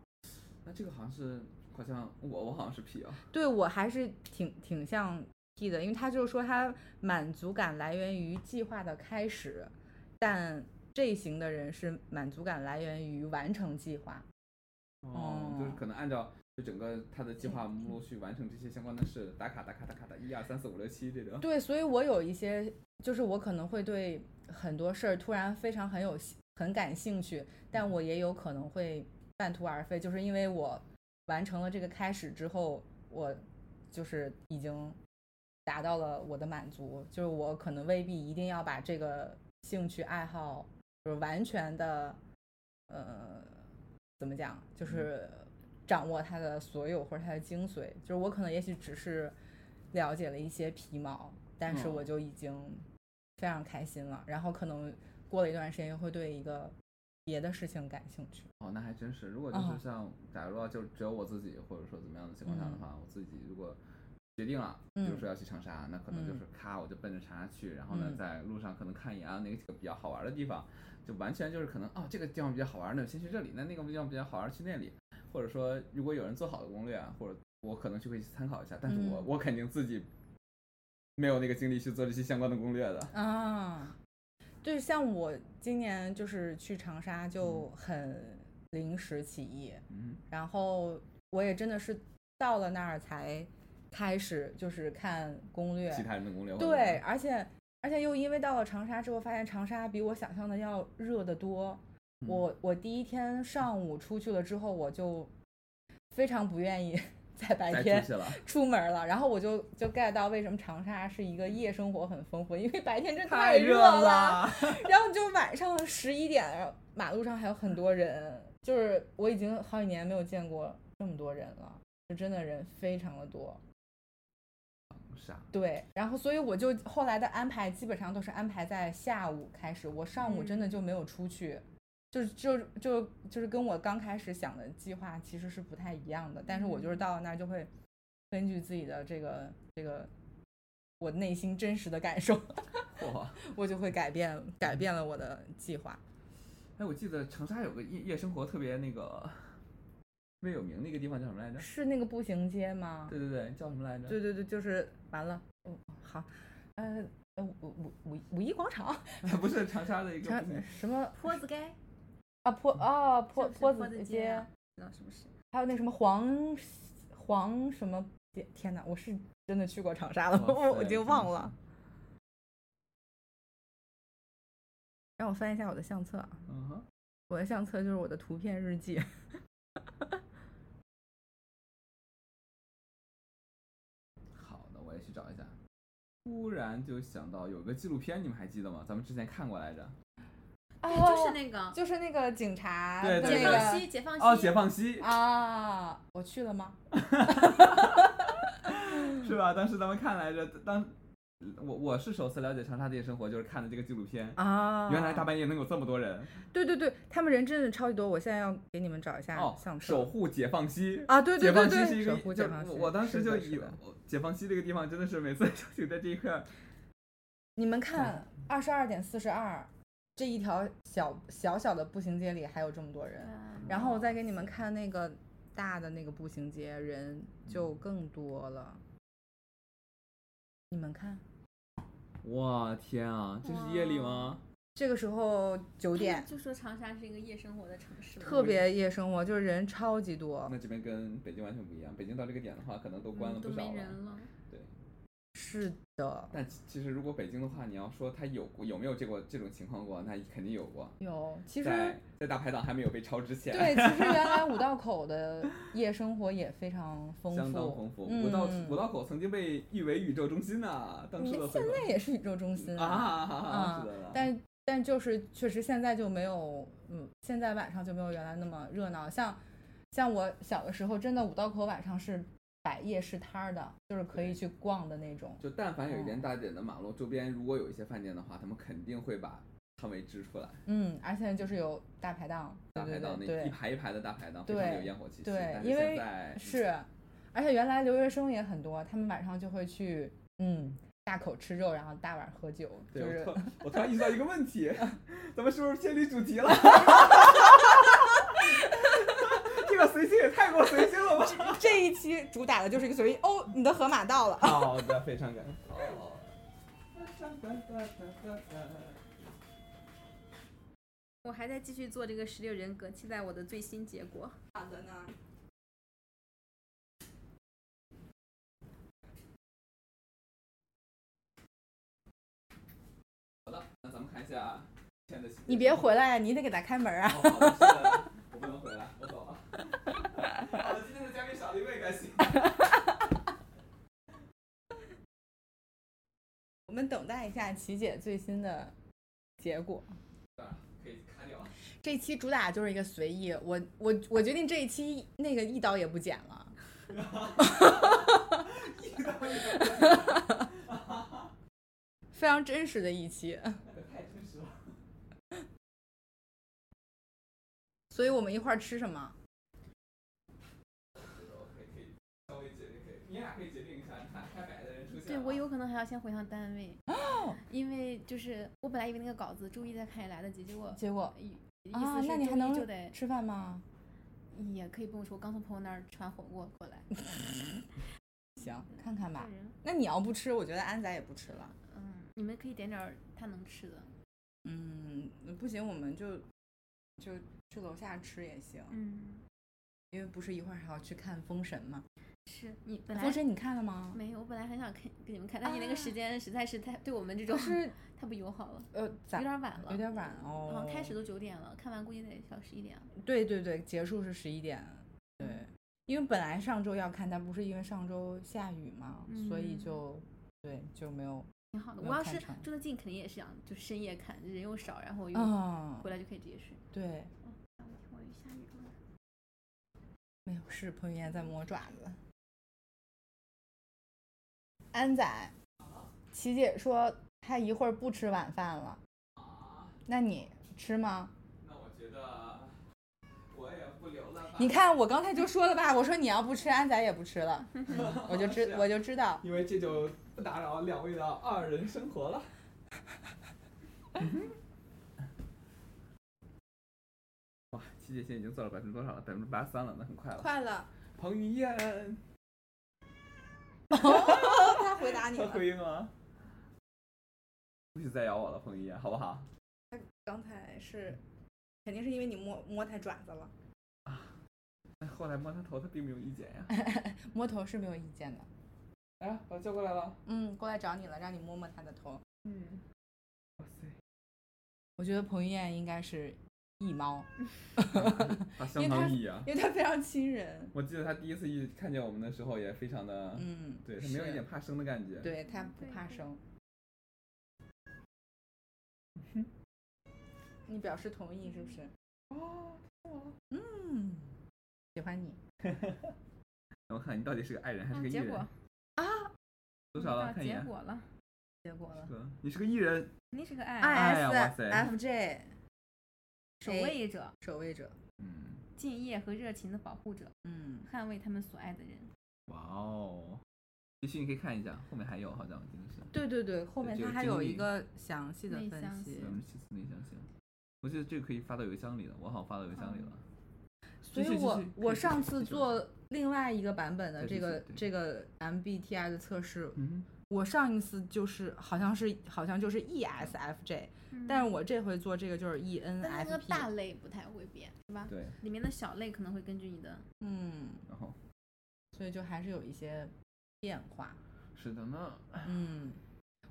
那这个好像是好像我我好像是 P 啊，对我还是挺挺像 T 的，因为他就是说他满足感来源于计划的开始，但 J 型的人是满足感来源于完成计划。哦，就是哦可能按照就整个他的计嗯划目录去完成这些相关的事，打卡打卡打卡打，一二三四五六七这种。对，所以我有一些，就是我可能会对很多事儿突然非常很有兴很感兴趣，但我也有可能会半途而废，就是因为我完成了这个开始之后，我就是已经达到了我的满足，就是我可能未必一定要把这个兴趣爱好就是完全的，呃，怎么讲，就是掌握它的所有或者它的精髓，就是我可能也许只是了解了一些皮毛，但是嗯我就已经非常开心了。然后可能过了一段时间，又会对一个别的事情感兴趣。哦，那还真是。如果就哦是像，假如啊，就只有我自己，或者说怎么样的情况下的嗯话，我自己如果决定了，比如嗯说要去长沙，那可能就嗯是咔，我就奔着长沙去，然后呢嗯，在路上可能看一眼啊，哪个比较好玩的地方，就完全就是可能哦，这个地方比较好玩，那我先去这里；那那个地方比较好玩，去那里。或者说，如果有人做好的攻略啊，或者我可能就会去参考一下，但是我、嗯我肯定自己没有那个精力去做这些相关的攻略的。啊，就是像我今年就是去长沙就很临时起意，嗯，然后我也真的是到了那儿才开始就是看攻略，其他人的攻略或者对，而且而且又因为到了长沙之后，发现长沙比我想象的要热得多。嗯我我第一天上午出去了之后，我就非常不愿意 在白再哎天出去了，出门了。然后我就就 get 到为什么长沙是一个夜生活很丰富，因为白天真的太热了。。然后就晚上十一点，然后马路上还有很多人，就是我已经好几年没有见过这么多人了，就真的人非常的多。傻，对，然后所以我就后来的安排基本上都是安排在下午开始，我上午真嗯的就没有出去，就是就就就是跟我刚开始想的计划其实是不太一样的，但是我就是嗯到了那儿就会根据自己的这个这个我内心真实的感受， 嚯！我就会改变改变了我的计划。哎，我记得长沙有个夜夜生活特别那个 特别有名的一个地方叫什么来嗯着？是那个步行街吗？对对对，叫什么来着？对对对，就是完了，嗯，好，呃。呃，五五五五一广 场， 不是长沙的一个长不行什么坡子街，啊坡啊坡嗯是不是坡坡子街街啊，，知道什么是？还有那什么黄黄什么街，天哪，我是真的去过长沙了，哇 我我已塞真经的忘是了。让我翻一下我的相册啊，嗯哼，我的相册就是我的图片日记。好的，我也去找一下。突然就想到有个纪录片，你们还记得吗？咱们之前看过来着。对，就是那个 就是那个警察哦的对对解那对放个西，解放西，哦，解放西啊，我去了吗？是吧？当时咱们看来着，当我我是首次了解长沙的夜生活，就是看的这个纪录片。啊，原来大半夜能有这么多人对对对，他们人真的超级多，我现在要给你们找一下哦！相册守护解放西，啊，对对解对放西是对，一个守护就解放西我我当时是就的以是的我解放西这个地方真的是每次就停在这一块儿，你们看二十二点四十二这一条小小小的步行街里还有这么多 人，嗯然后我再给你们看那个大的那个步行街，人就更多了。你们看，哇天啊，这是夜里吗？这个时候九对点，就说长沙是一个夜生活的城市嘛，特嗯别夜生活，就是人超级多。那这边跟北京完全不一样，北京到这个点的话，可能都嗯关了都不少没了。人了。是的，但其其实如果北京的话，你要说它有过有没有这过这种情况过，那肯定有过。有。其实在在大排档还没有被抄之前，对，其实原 来五道口的夜生活也非常丰富，相当丰富。嗯嗯五道五道口曾经被誉为宇宙中心呐，当时的现在也是宇宙中心啊啊啊啊！是的，但但就是确实现在就没有，嗯，现在晚上就没有原来那么热闹。像像我小的时候，真的五道口晚上是摆夜市摊儿的，就是可以去逛的那种。就但凡有嗯一点大点的马路周边，如果有一些饭店的话，他们肯定会把摊位支出来，嗯，而且就是有大排档，对大排对档那对一对，排一排的大排档，非对常有烟火气息。对但是因为现在是，而且原来留学生也很多，他们晚上就会去，嗯，大口吃肉，然后大碗喝酒，就对我是突我突然意识到一个问 题，咱们是不是偏离主题了？这个随性也太过随性了吧！ 这一期主打的就是一个随意哦，你的河马到了。好的，非常感。我还在继续做这个十六人格，期待我的最新结果。好的呢。好的，那咱们看一下今天的。你别回来呀，你得给他开门哦啊！好的是的我不能回来，我走了。好了，今天的嘉宾少了一位，感谢。我们等待一下琪姐最新的结果。可以卡掉。这期主打就是一个随意，我我我决定这一期那个一刀也不剪了。非常真实的一期， 太真实了。所以我们一块儿吃什么？可以稍微决定，可以，你俩可以决定一下，你看开摆的人出现。对我。有可能还要先回趟单 位，因为就是我本来以为那个稿子周一再看也来得及，结果结果意啊意思是那你还周一能就得吃饭吗？也可以不用说，我刚从朋友那儿传火锅过来。行，看看吧个。人那你要不吃，我觉得安仔也不吃了。嗯，你们可以点点儿他能吃的。嗯，不行，我们就就去楼下吃也行，嗯，因为不是一会儿还要去看《封神》吗？是你本《来封神》你看了吗？没有，我本来很想看给你们看，但你那个时啊间实在是太对我们这种是太不友好了，呃，有咋点晚了，有点晚哦。好像开始都九点了，看完估计得小十一点了。对对对，结束是十一点。对，因为本来上周要看，但不是因为上周下雨嘛，所以嗯就对就没有挺好的，没我有要看是成住得近，肯定也是想就深夜看，人又少，然后又啊、回来就可以直接睡。对，下雨我下雨了。没有事。彭于晏在磨爪子。安仔，琪姐说她一会儿不吃晚饭了，啊那你吃吗？那我觉得我也不留了吧。你看我刚才就说了吧，我说你要不吃，安仔也不吃了，我就知我就知道。因为这就不打扰两位的二人生活了。 哇，七姐现在已经做了百分之多少了？百分之八十三了，那很快了。快哎了，彭于晏，他回答你他了。回应了。不许再咬我了，彭于晏，好不好？刚才是肯定是因为你摸摸他爪子了，但哎后来摸他头，他并没有意见呀。摸头是没有意见的。哎呀，把他叫过来了。嗯，过来找你了，让你摸摸他的头。嗯。哇塞，我觉得彭于晏应该是一猫，他相当异啊。因为它非常亲人。我记得他第一次一看见我们的时候，也非常的，嗯，对他没有一是点怕生的感觉。，对，它不对怕对生。 你表示同意是不是？哦，嗯，喜欢你。我看你到底是个爱人还是啊个艺结人？果嗯多少了？到看一结眼。果了，结果了哥你是个艺人，肯定是个爱啊啊哎呀哇塞，ISFJ 守 A 卫者、哎守卫者。嗯，敬业和热情的保护者，嗯，捍卫他们所爱的人。哇哦，继续你可以看一下，后面还有，好像我记得是。对对对，后面这它个还经有一历个详细的内分向析 我，们去那详细。我记得这个可以发到邮箱里了，我好像发到邮箱里了。嗯所以继续继我续可我以上继次续做另外一个版本的再这继个续对这个 MBTI 的测试，嗯，我上一次就是好像是好像就是 E ESFJ，但是嗯我这回做这个就是 E 但它那个大 ENFP，类不太会变，是吧？对，里面的小类可能会根据你的嗯，然 后所以就还是有一些变化，是的呢，嗯，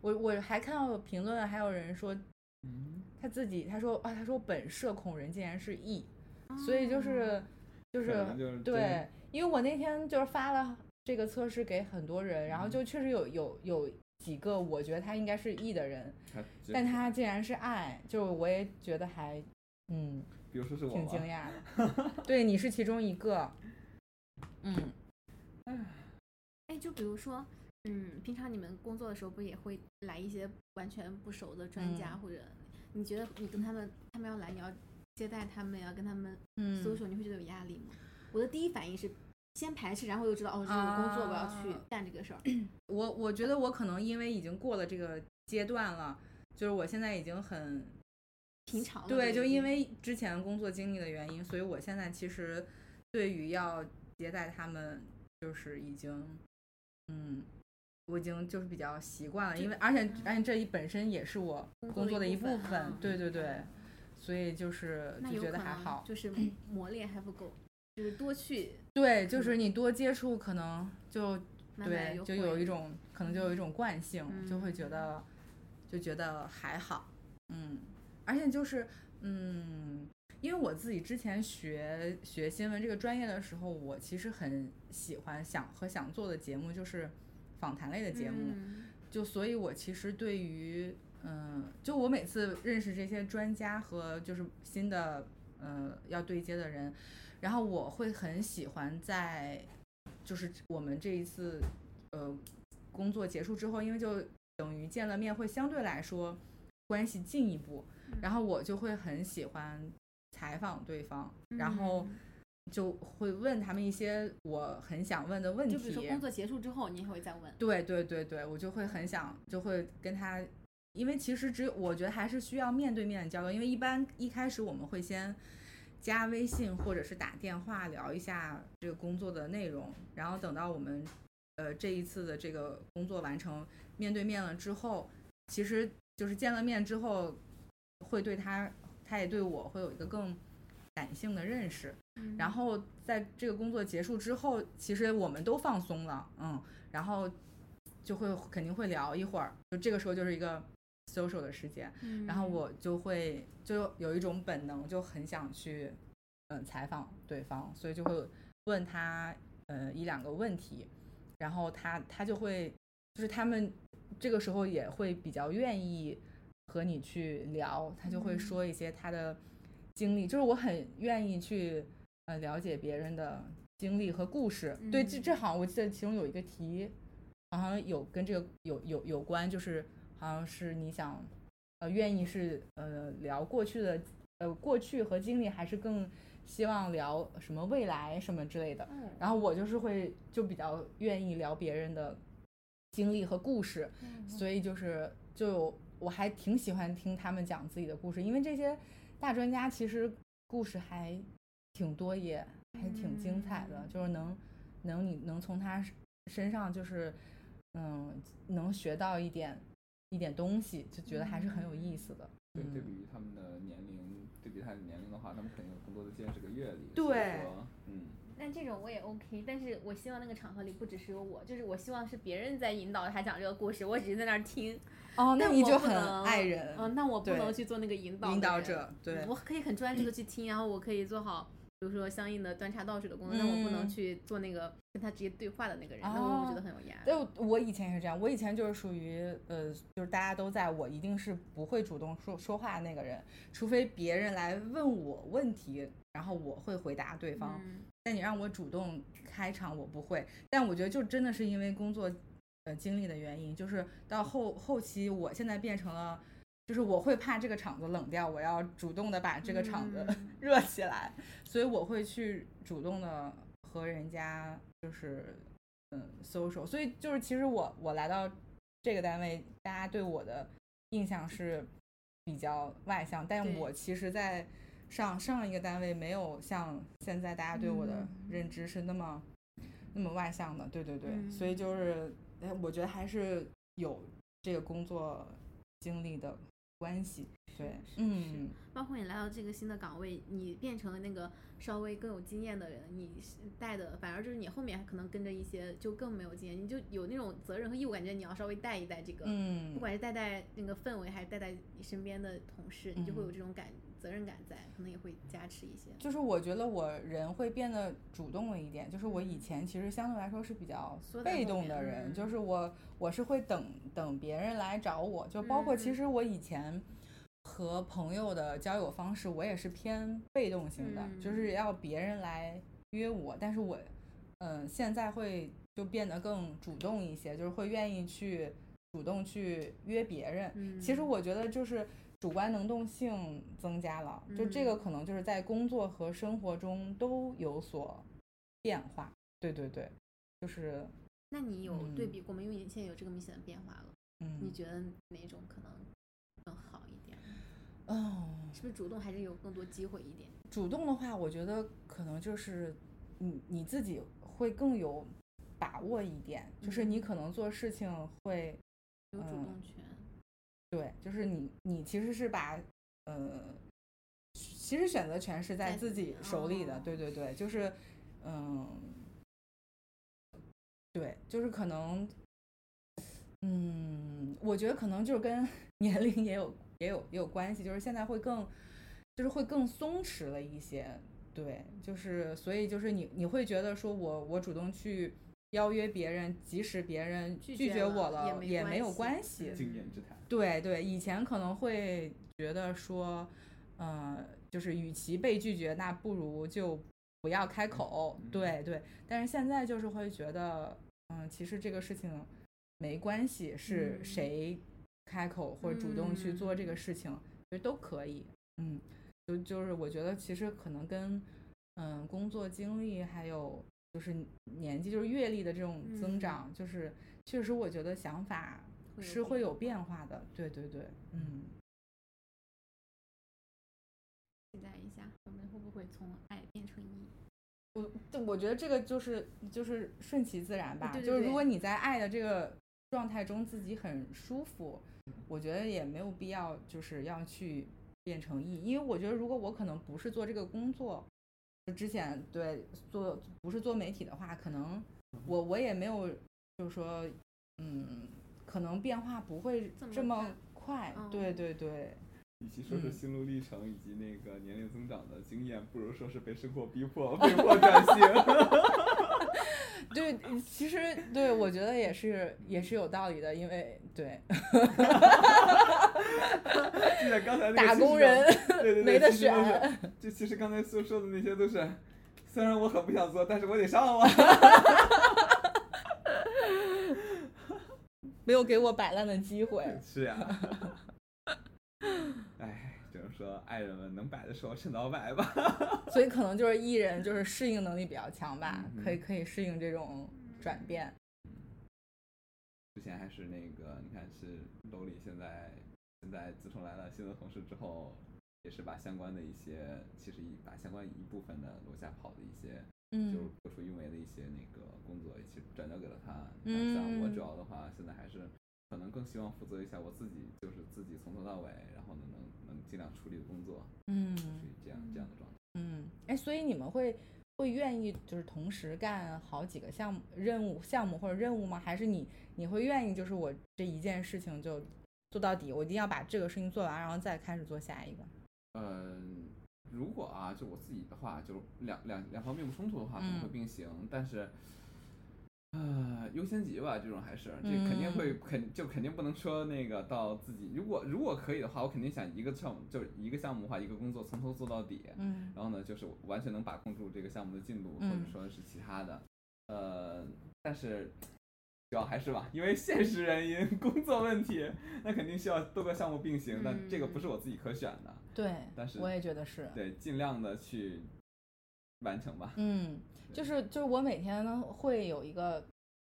我我还看到有评论还有人说嗯，他自己他说啊他说本社恐人竟然是 E，所哦以就是就就是就是对，因为我那天就是发了这个测试给很多人，然后嗯就确实有有有几个我觉得他应该是 E 的人，真，但他他竟然是 I，就我也觉得还嗯比如说是我挺吧惊讶 的。对，你是其中一个，嗯，哎，就比如说，嗯，平常你们工作的时候，不也会来一些完全不熟的专家，嗯或者你觉得你跟他们，他们要来，你要接待他们，要跟他们嗯 social，、你会觉得有压力吗？我的第一反应是先排斥，然后又知道哦，这是我工作，我要去啊干这个事儿。我我觉得我可能因为已经过了这个阶段了，就是我现在已经很平常了对，这就个因东西为之前工作经历的原因，所以我现在其实对于要接待他们，就是已经，嗯，我已经就是比较习惯了，因为而且而且这一本身也是我工嗯工作作的的一一部部分分啊，对对对，所以就是那就有觉可得还能好，就是磨练还不够，就是多去对，就可是能你多接触，可能就慢慢对又就有会一种可能就有一种惯性，就会觉嗯得就觉得还好，嗯，而且就是嗯，因为我自己之前学学新闻这个专业的时候，我其实很喜欢想和想做的节目就是访谈类的节目，嗯就所以，我其实对于嗯、就我每次认识这些专家和就是新的呃要对接的人，然后我会很喜欢在就是我们这一次呃工作结束之后，因为就等于见了面，会相对来说关系进一步，嗯然后我就会很喜欢采访对方，然后嗯就会问他们一些我很想问的问题，就比如说工作结束之后，你也会再问。对对对对，我就会很想，就会跟他，因为其实只有我觉得还是需要面对面的交流，因为一般一开始我们会先加微信或者是打电话聊一下这个工作的内容，然后等到我们呃这一次的这个工作完成面对面了之后，其实就是见了面之后，会对他他也对我会有一个更感性的认识。嗯然后在这个工作结束之后，其实我们都放松了，嗯，然后就会肯定会聊一会儿，就这个时候就是一个 social 的时间，嗯，然后我就会就有一种本能，就很想去嗯采访对方，所以就会问他呃一两个问题，然后他他就会就是他们这个时候也会比较愿意和你去聊，他就会嗯说一些他的经历，就是我很愿意去呃了解别人的经历和故事。对，这这好像我记得其中有一个题，好像有跟这个有有有关，就是好像是你想呃愿意是呃聊过去的呃过去和经历，还是更希望聊什么未来什么之类的。 嗯然后我就是会就比较愿意聊别人的经历和故事，嗯所以就是就有我还挺喜欢听他们讲自己的故事，因为这些大专家其实故事还挺多，也还挺精彩的，嗯就是能能你能从他身身上就是嗯能学到一点一点东西，就觉得还是嗯很有意思的。对对嗯比于他们的年龄，对比他的年龄的话，他们肯定有更多的见识和阅历。所以对说，嗯，但这种我也 OK，但是我希望那个场合里不只是有我，就是我希望是别人在引导他讲这个故事，我只是在那儿听。哦，那但你我就不很能爱人，嗯，那我不对能去做那个引导引的导人者，对嗯，我可以很专注的去听，然后我可以做好，比如说相应的端茶倒水的工作，但我不能嗯去做那个跟他直接对话的那个人，那我会觉哦得很有压力。嗯对，我以前也是这样，我以前就是属于呃，就是大家都在，我一定是不会主动说说话的那个人，除非别人来问我问题，然后我会回答对方。嗯，但你让我主动开场，我不会。但我觉得就真的是因为工作呃经历的原因，就是到后后期，我现在变成了，就是我会怕这个场子冷掉，我要主动的把这个场子、嗯热起来，所以我会去主动的和人家就是嗯 social。所以就是其实我我来到这个单位，大家对我的印象是比较外向，但对我其实，在上上一个单位没有像现在大家对我的嗯认知是那么、那么外向的，对对对，嗯所以就是呃我觉得还是有这个工作经历的关系，对，是嗯，包括你来到这个新的岗位，你变成了那个稍微更有经验的人，你是带的反而就是你后面可能跟着一些就更没有经验，你就有那种责任和义务，感觉你要稍微带一带这个，嗯不，管是带带那个氛围，还是带带你身边的同事，你就会有嗯这种感责任感在，可能也会加持一些。就是我觉得我人会变得主动了一点，就是我以前其实相对来说是比较缩在被后动面的人，嗯就是我我是会等等别人来找我，就包括嗯其实我以前和朋友的交友方式，我也是偏被动型的，就是嗯要别人来约我，但是我嗯、呃现在会就变得更主动一些，就是会愿意去主动去约别人，嗯，其实我觉得就是主观能动性增加了，就这嗯个可能就是在工作和生活中都有所变化。对对对，就是那你有对嗯比过吗？因为你现在有这个明显的变化了，你嗯，觉得哪种可能更好一点？哦，是不是主动还是有更多机会一点？主动的话，我觉得可能就是你你自己会更有把握一点，就是嗯你可能做事情会有主嗯动权，对，就是你你其实是把呃，其实选择权是在在自己手里的，哦对对对，就是嗯，对，就是可能，嗯，我觉得可能就是跟 年龄也有也有也有关系，就是现在会更，就是会更松弛了一些，对，就是所以就是你你会觉得说我我主动去。邀约别人，即使别人拒拒绝绝我了也没也没关有系关系，嗯经验之谈。对对，以前可能会觉得说，呃，就是与其被拒绝，那不如就不要开口。嗯对对，但是现在就是会觉得，嗯、其实这个事情没关系，是嗯谁开口或者主动去做这个事情，就都可以。嗯，就就是我觉得其实可能跟嗯、工作经历还有就是年纪就是阅历的这种增嗯长，就是确实我觉得想法是会有变化的，对对对，嗯，期待一下，我们会不会从爱变成 一？我对我觉得这个就是就是顺其自然吧，对对就是对如果你在爱的这个状态中自己很舒服，我觉得也没有必要就是要去变成异，因为我觉得如果我可能不是做这个工作，就之前对做不是做媒体的话，可能我我也没有就是说嗯，可能变化不会这么这么快，哦对对对。与其说是嗯心路历程以及那个年龄增长的经验，不如说是被生活逼迫、 被迫转型。对，嗯其实对我觉得也是也是有道理的，因为对就像刚才那个打其实工人 对对对没得其实都是选就其实刚才所说的那些都是，虽然我很不想做，但是我得上啊。没有给我摆烂的机会。 是呀、 哎，只能说爱人们能摆的时候趁早摆吧。所以可能就是艺人就是适应能力比较强吧，嗯嗯可以可以适应这种转变。之前还是那个，你看是楼里现在现在自从来了新的同事之后，也是把相关的一些，其实一把相关一部分的楼下跑的一些，就是嗯，各处运维的一些那个工作，也是转交给了他。那像我嗯主要的话，现在还是可能更希望负责一下我自己，就是自己从头到尾，然后呢能能尽量处理的工作，嗯是这样这样的状态。嗯，哎，所以你们会会愿意就是同时干好几个项目、任务、项目或者任务吗？还是你你会愿意就是我这一件事情就做到底，我一定要把这个事情做完，然后再开始做下一个？嗯，如果啊，就我自己的话，就是两两两方面不冲突的话，可能会嗯并行，但是。呃，优先级吧，这种还是这嗯肯定会肯就肯定不能说那个到自己。如果如果可以的话，我肯定想一个项目就是一个项目的话，一个工作从头做到底。嗯然后呢，就是完全能把控住这个项目的进度，或嗯者说是其他的。呃，但是主要还是吧，因为现实原因、 工作问题，那肯定需要多个项目并行，但这个嗯不是我自己可选的。对，但是我也觉得是。对，尽量的去完成吧。嗯，对就是就是我每天呢会有一个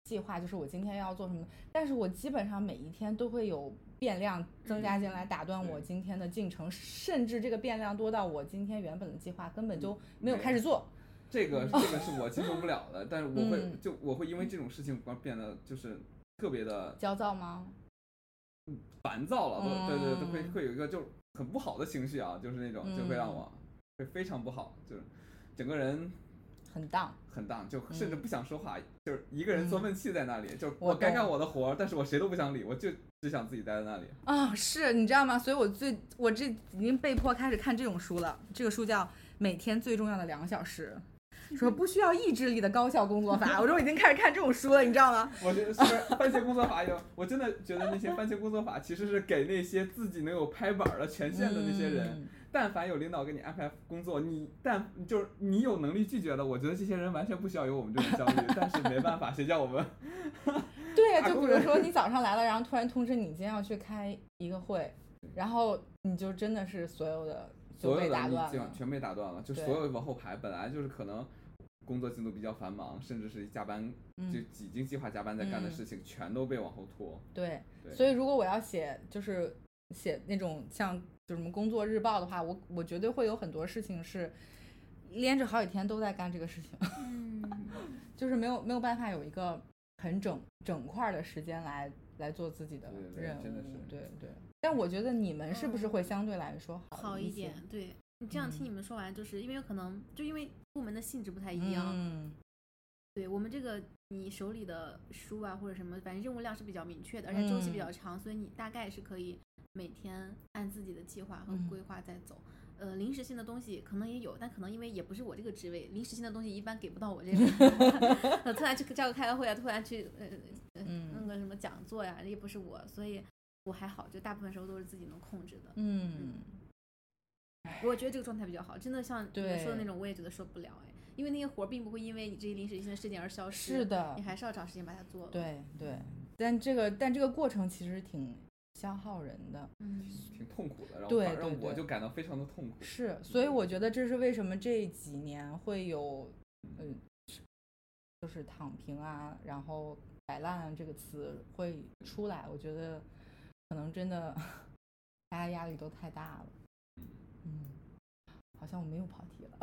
计划，就是我今天要做什么，但是我基本上每一天都会有变量增加进来，打断我嗯对今天的进程，甚至这个变量多到我今天原本的计划根本就没有嗯没开始做。这个这个是我接受不了的，但是我会、嗯就我会因为这种事情而变得就是特别的焦躁吗？烦躁了，会对对对，会嗯会有一个就是很不好的情绪啊，就是那种就会让嗯我会非常不好，就是整个人很荡，很荡，就甚至不想说话，就是一个人嗯钻闷气在那里，就是我我该懂干我的活儿，但是我谁都不想理，我就只想自己待在 那里。啊，是你知道吗？所以我最我这已经被迫开始看这种书了。这个书叫《每天最重要的两个小时》， 说不需要意志力的高效工作法。我都已经开始看这种书了，你知道吗？我觉得是不是番茄工作法有，我真的觉得那些番茄工作法其实是给那些自己能有拍板儿的权限的那些人，嗯但凡有领导给你安排工作，你但就是你有能力拒绝的，我觉得这些人完全不需要有我们这种焦虑，但是没办法，谁叫我们对呀，打就比工如人说你早上来了，然后突然通知你今天要去开一个会，然后你就真的是所有的就所有被的打你乱全了。全被打断了，就对所有往后排本来就是可能工作进度比较繁忙，甚至是加班就嗯，已经计划加班在干的嗯事情，全都被往后拖。对。对所以如果我要写，就是写那种像就什么工作日报的话，我我绝对会有很多事情是连着好几天都在干这个事情， 嗯，就是没有没有办法有一个很整整块儿的时间来来做自己的对对对任务。真的是对对。但我觉得你们是不是嗯会相对来说好一一些点？。对你这样嗯听你们说完，就是因为可能就因为部门的性质不太一样，嗯对我们这个，你手里的书啊或者什么，反正任务量是比较明确的，而且周期比较嗯长，所以你大概是可以每天按自己的计划和嗯规划在走。呃，临时性的东西可能也有，但可能因为也不是我这个职位，临时性的东西一般给不到我这 个。呃突然去叫个开个会啊，突然去呃嗯弄个什么讲座呀、也不是我，所以我还好，就大部分时候都是自己能控制的。嗯我觉得这个状态比较好，真的像你们说的那对种，我也觉得受不了哎，因为那些活儿并不会因为你这些临时性的事件而消失。是的你，还是要找时间把它做了。，对对，但这个但这个过程其实挺消耗人的，嗯，挺痛苦的，然后对反而对让我对就感到非常的痛苦。是，所以我觉得这是为什么这几年会有，嗯，就是躺平啊，然后摆烂啊这个词会出来，我觉得可能真的大家压力都太大了，嗯，好像我们又跑题了，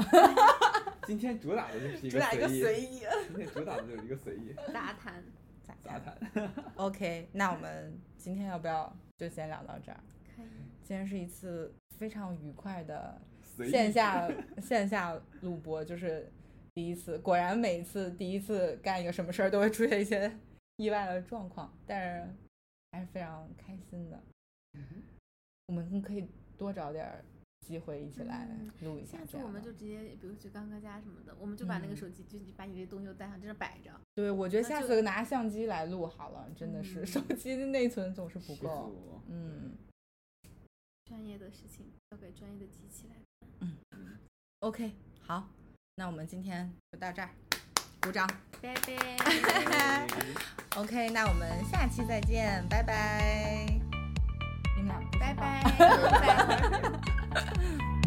今天主打的就 是一个意，意今天主打的就是一个随意杂谈，杂谈。 ，OK，那我们今天要不要就先聊到这儿？可以，今天是一次非常愉快的随 意线下线下录播，就是第一次。果然每一次第一次干一个什么事儿，都会出现一些意外的状况，但是还是非常开心的。嗯我们可以多找点儿机会一起来嗯录一下下次这样的。我们就直接，比如去刚哥家什么的，我们就把那个嗯手机，就你把你这东西都带上，在这摆着。对，我觉得那下就次拿相机来录好了，真的是、嗯手机的内存总是不十够。足嗯专业的事情交给专业的机器来。 ，OK，好，那我们今天就到这儿，鼓掌。拜拜。 哎 OK，那我们下期再见，拜 拜。你们俩不说话拜拜，拜拜。